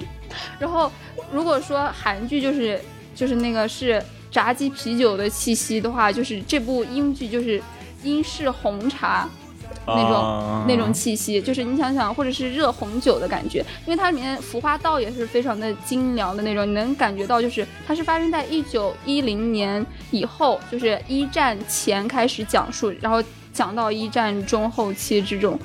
S2: 然后如果说韩剧就是就是那个是炸鸡啤酒的气息的话，就是这部英剧就是英式红茶 *laughs* 那种、
S1: 啊
S2: 那种气息，就是你想想，或者是热红酒的感觉，因为它里面服化道也是非常的精良的那种，你能感觉到就是它是发生在一九一零年以后，就是一战前开始讲述，然后讲到一战中后期这种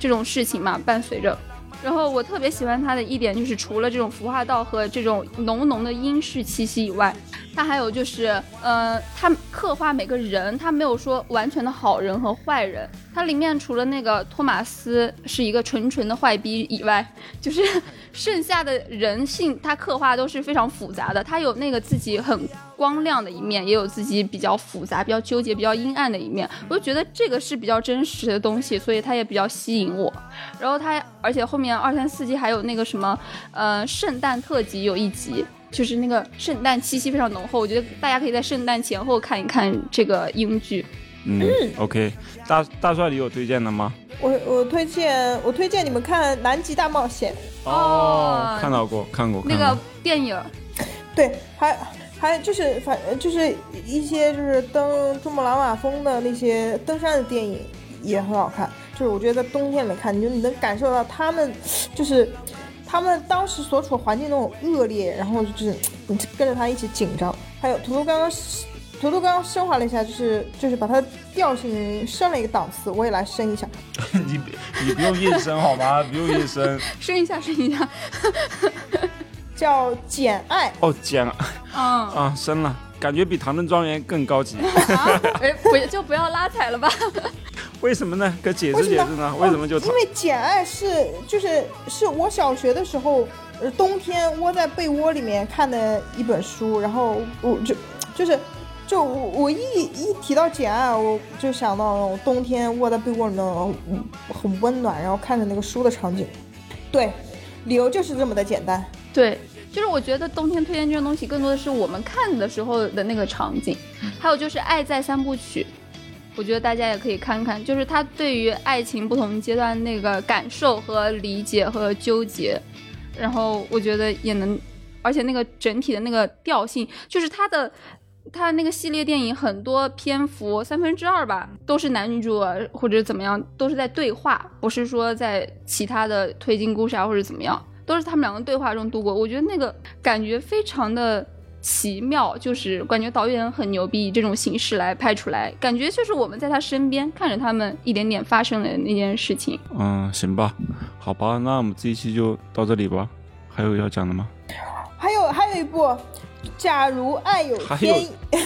S2: 这种事情嘛，伴随着。然后我特别喜欢它的一点就是，除了这种服化道和这种浓浓的英式气息以外，它还有就是，呃，它刻画每个人，它没有说完全的好人和坏人。它里面除了那个托马斯是一个纯纯的坏逼以外，就是 *laughs* 剩下的人性，它刻画都是非常复杂的。它有那个自己很光亮的一面，也有自己比较复杂、比较纠结、比较阴暗的一面。我就觉得这个是比较真实的东西，所以它也比较吸引我。然后它，而且后面二三四季还有那个什么，呃，圣诞特辑有一集，就是那个圣诞气息非常浓厚。我觉得大家可以在圣诞前后看一看这个英剧。
S1: 嗯，OK，大大帅，你有推荐的吗？
S3: 我我推荐我推荐你们看《南极大冒险
S2: 哦
S1: 看到过，看过，
S2: 那
S1: 看
S2: 个
S1: 过
S2: 电影，》，
S3: 对，还还就是反就是一些就是登珠穆朗玛峰的那些登山的电影也很好看，就是我觉得在冬天里看，你就你能感受到他们就是他们当时所处环境那种恶劣，然后就是你跟着他一起紧张。还有图图刚刚图图刚刚升华了一下，就是就是把它的调性升了一个档次，我也来升一下。
S2: *laughs*
S1: 你你不用硬升好吗？ *laughs* 不用硬升。
S2: 声一下，声一 *laughs* 下，
S3: 叫《简爱》，
S1: 哦，天啊
S2: 嗯，
S1: 啊，升了，感觉比唐顿庄园更高级。
S2: 哎，不就不要拉踩了吧？
S1: 为什么呢？给解释解释呢？为什么就
S3: 哦因为《简爱》是就是是我小学的时候，呃，冬天窝在被窝里面看的一本书，然后我就就是就我我一一提到《简爱》，我就想到了我冬天窝在被窝里面嗯很温暖，然后看着那个书的场景。对，理由就是这么的简单。
S2: 对，就是我觉得冬天推荐这种东西，更多的是我们看的时候的那个场景，还有就是《爱在三部曲》，我觉得大家也可以看看，就是他对于爱情不同阶段那个感受和理解和纠结，然后我觉得也能，而且那个整体的那个调性，就是它的。它那个系列电影很多篇幅三分之二吧，都是男女主啊或者怎么样，都是在对话，不是说在其他的推进故事啊或者怎么样，都是他们两个对话中度过。我觉得那个感觉非常的奇妙，就是感觉导演很牛逼，以这种形式来拍出来，感觉就是我们在他身边看着他们一点点发生的那件事情。
S1: 嗯，行吧，好吧，那我们这一期就到这里吧。还有要讲的吗？
S3: 还有还有一部，假如爱有
S1: 还
S3: 天
S1: 有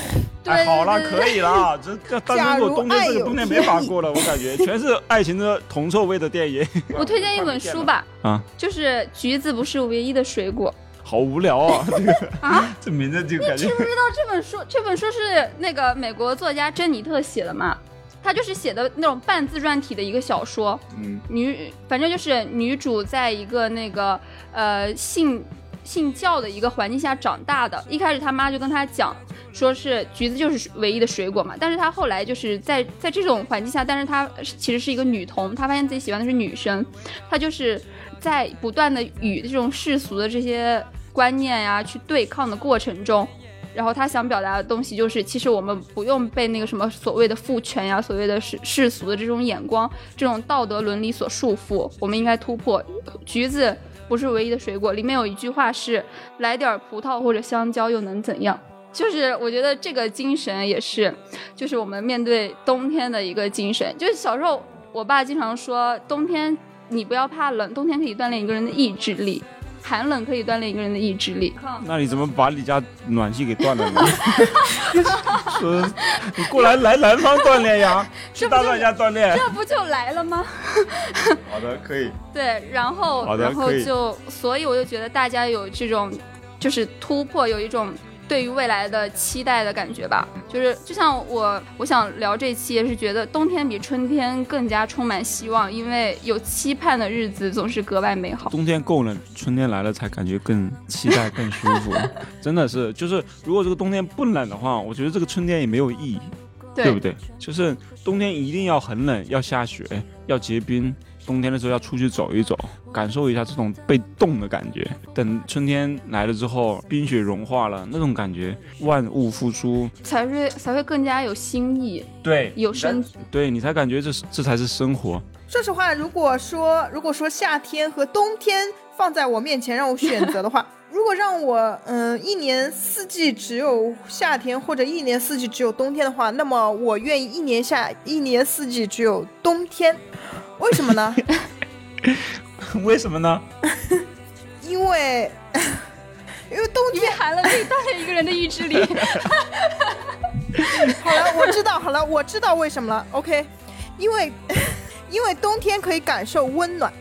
S2: 对
S1: 哎，好了，
S2: 对
S1: 可以了。
S2: *laughs*
S1: 这这，但
S3: 假
S1: 是
S3: 如
S1: 我冬天
S3: 爱
S1: 这个
S3: 有
S1: 冬天没法
S3: 天意
S1: 过了，我感觉全是爱情的铜臭味的电影
S2: *laughs* 我推荐一本书吧，
S1: *laughs* 啊，
S2: 就是《橘子不是唯一的水果》。
S1: 好无聊啊，这个
S2: *laughs* 啊，
S1: *laughs* 这名字就感觉
S2: 知不知道这本书？这本书是那个美国作家珍妮特写的嘛？她就是写的那种半自传体的一个小说。
S1: 嗯
S2: 女，反正就是女主在一个那个呃信信教的一个环境下长大的。一开始她妈就跟她讲，说是橘子就是唯一的水果嘛。但是她后来就是在在这种环境下，但是她其实是一个女童，她发现自己喜欢的是女生，她就是在不断的与这种世俗的这些观念呀、去对抗的过程中。然后她想表达的东西就是，其实我们不用被那个什么所谓的父权呀、所谓的世世俗的这种眼光、这种道德伦理所束缚，我们应该突破。橘子不是唯一的水果，里面有一句话是“来点葡萄或者香蕉又能怎样”，就是我觉得这个精神也是，就是我们面对冬天的一个精神。就是小时候我爸经常说，冬天你不要怕冷，冬天可以锻炼一个人的意志力。寒冷可以锻炼一个人的意志力。
S1: 那你怎么把你家暖气给断
S2: *laughs*
S1: 了呢？说你过来来南方锻炼
S2: *laughs*
S1: 呀，去
S2: 这不
S1: 大
S2: 就
S1: 专家锻炼。
S2: 这不就来了吗？
S1: 好的，可以。
S2: 对，然后
S1: 好的
S2: 然后
S1: 可以
S2: 就，所以我就觉得大家有这种就是突破，有一种对于未来的期待的感觉吧。就是就像我我想聊这期，也是觉得冬天比春天更加充满希望，因为有期盼的日子总是格外美好。
S1: 冬天够了，春天来了才感觉更期待、更舒服。 *laughs* 真的是，就是如果这个冬天不冷的话，我觉得这个春天也没有意义，
S2: 对
S1: 不对？就是冬天一定要很冷，要下雪，要结冰。冬天的时候要出去走一走，感受一下这种被冻的感觉。等春天来了之后，冰雪融化了，那种感觉，万物复苏，
S2: 才会才会更加有新意，
S1: 对
S2: 有生 *laughs* 机。
S1: *laughs* 对你才感觉这是这才是生活。
S3: 说实话，如果说如果说夏天和冬天放在我面前让我选择的 *laughs* 话，如果让我嗯一年四季只有夏天或者一年四季只有冬天的话，那么我愿意一年下一年四季只有冬天。为什么 *laughs* 呢？
S1: *laughs* 为什么呢？
S3: 因为 *laughs* 因为冬
S2: 因为
S3: 天
S2: 寒冷可以锻炼一个人的
S1: *laughs*
S2: 意志力。
S3: 好了，我知道，好了，我知道为什么了。OK，因为 *laughs* 因为冬天可以感受温暖，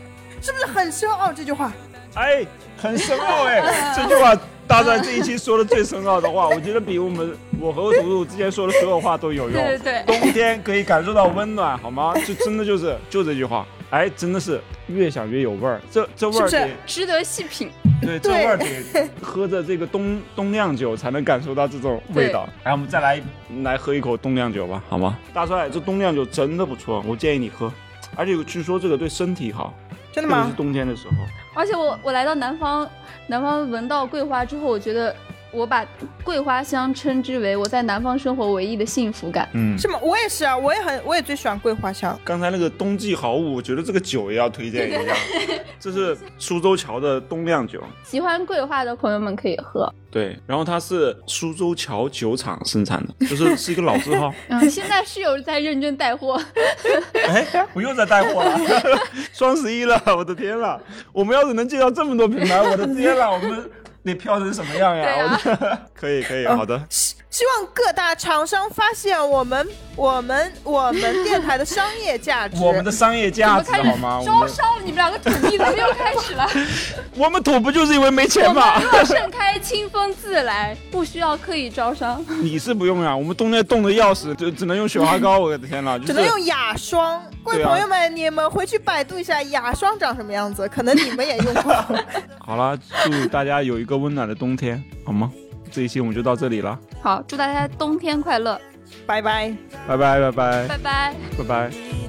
S3: 是不是很深奥这句话？
S1: 哎，很深奥
S2: *laughs*
S1: 哎，这句话大战这一期说的最深奥的话，我觉得比我们我和图图之前说的所有话都有用。
S2: 对对对，
S1: 冬天可以感受到温暖，好
S3: *laughs*
S1: 吗？就真的就是就这句话，哎，真的是越想越有味儿，这这味
S3: 是
S1: 儿
S3: 不是
S1: 得
S2: 值得细品。
S1: 对这
S3: 对
S1: 味儿
S3: *laughs*
S1: 得喝着这个冬冬酿酒才能感受到这种味道。来，我们再来来喝一口冬酿酒吧，好吗？大帅，这冬酿酒真的不错，我建议你喝，而且据说这个对身体好，
S3: 真
S1: 特
S3: 的
S1: 别
S3: 吗
S1: 是？冬天的时候。
S2: 而且我我来到南方，南方闻到桂花之后，我觉得我把桂花香称之为我在南方生活唯一的幸福感。
S1: 嗯
S3: 是吗？我也是啊，我也很，我也最喜欢桂花香。
S1: 刚才那个冬季好物，我觉得这个酒也要推荐一下，
S3: *laughs*
S1: 这是苏州桥的冬酿酒。
S2: 喜欢桂花的朋友们可以喝。
S1: 对，然后它是苏州桥酒厂生产的，就是是一个老字号。
S2: 嗯，现在是有在认真带货，
S1: 哎，我又在带货了，双十一了，我的天啦！我们要是能介绍这么多品牌，我的天啊啦，我们得飘成什么样
S2: 对
S1: 呀
S2: 啊？
S1: 我的 *laughs* 可以可以，好的，
S3: 希望各大厂商发现我们、我们、我们电台的商业价值。
S1: 我们的商业价值
S2: 怎么开始
S1: 好吗？啊我
S2: 招
S1: 们
S2: 商，你们两个土地怎么又开始
S1: *laughs*
S2: 了？
S1: 我们土不就是因为没
S2: 我
S1: 钱
S2: 们
S1: *laughs* 吗？
S2: 若盛开，清风自来，不需要刻意招商。 *laughs*
S1: 你是不用啊呀，我们冬天冻得要死，就只能用雪花膏，我的天
S2: *laughs*
S1: 啦，就
S3: 只
S1: 是
S3: 能用雅霜，各位
S1: 对啊
S3: 朋友们，你们回去百度一下雅霜长什么样子，可能你们也用过。
S1: *laughs* 好啦，祝大家有一个温暖的冬天，好吗？这一期我们就到这里了，
S2: 好，祝大家冬天快乐，
S3: 拜拜。
S1: 拜拜拜拜
S2: 拜拜。
S1: 拜拜。
S5: 「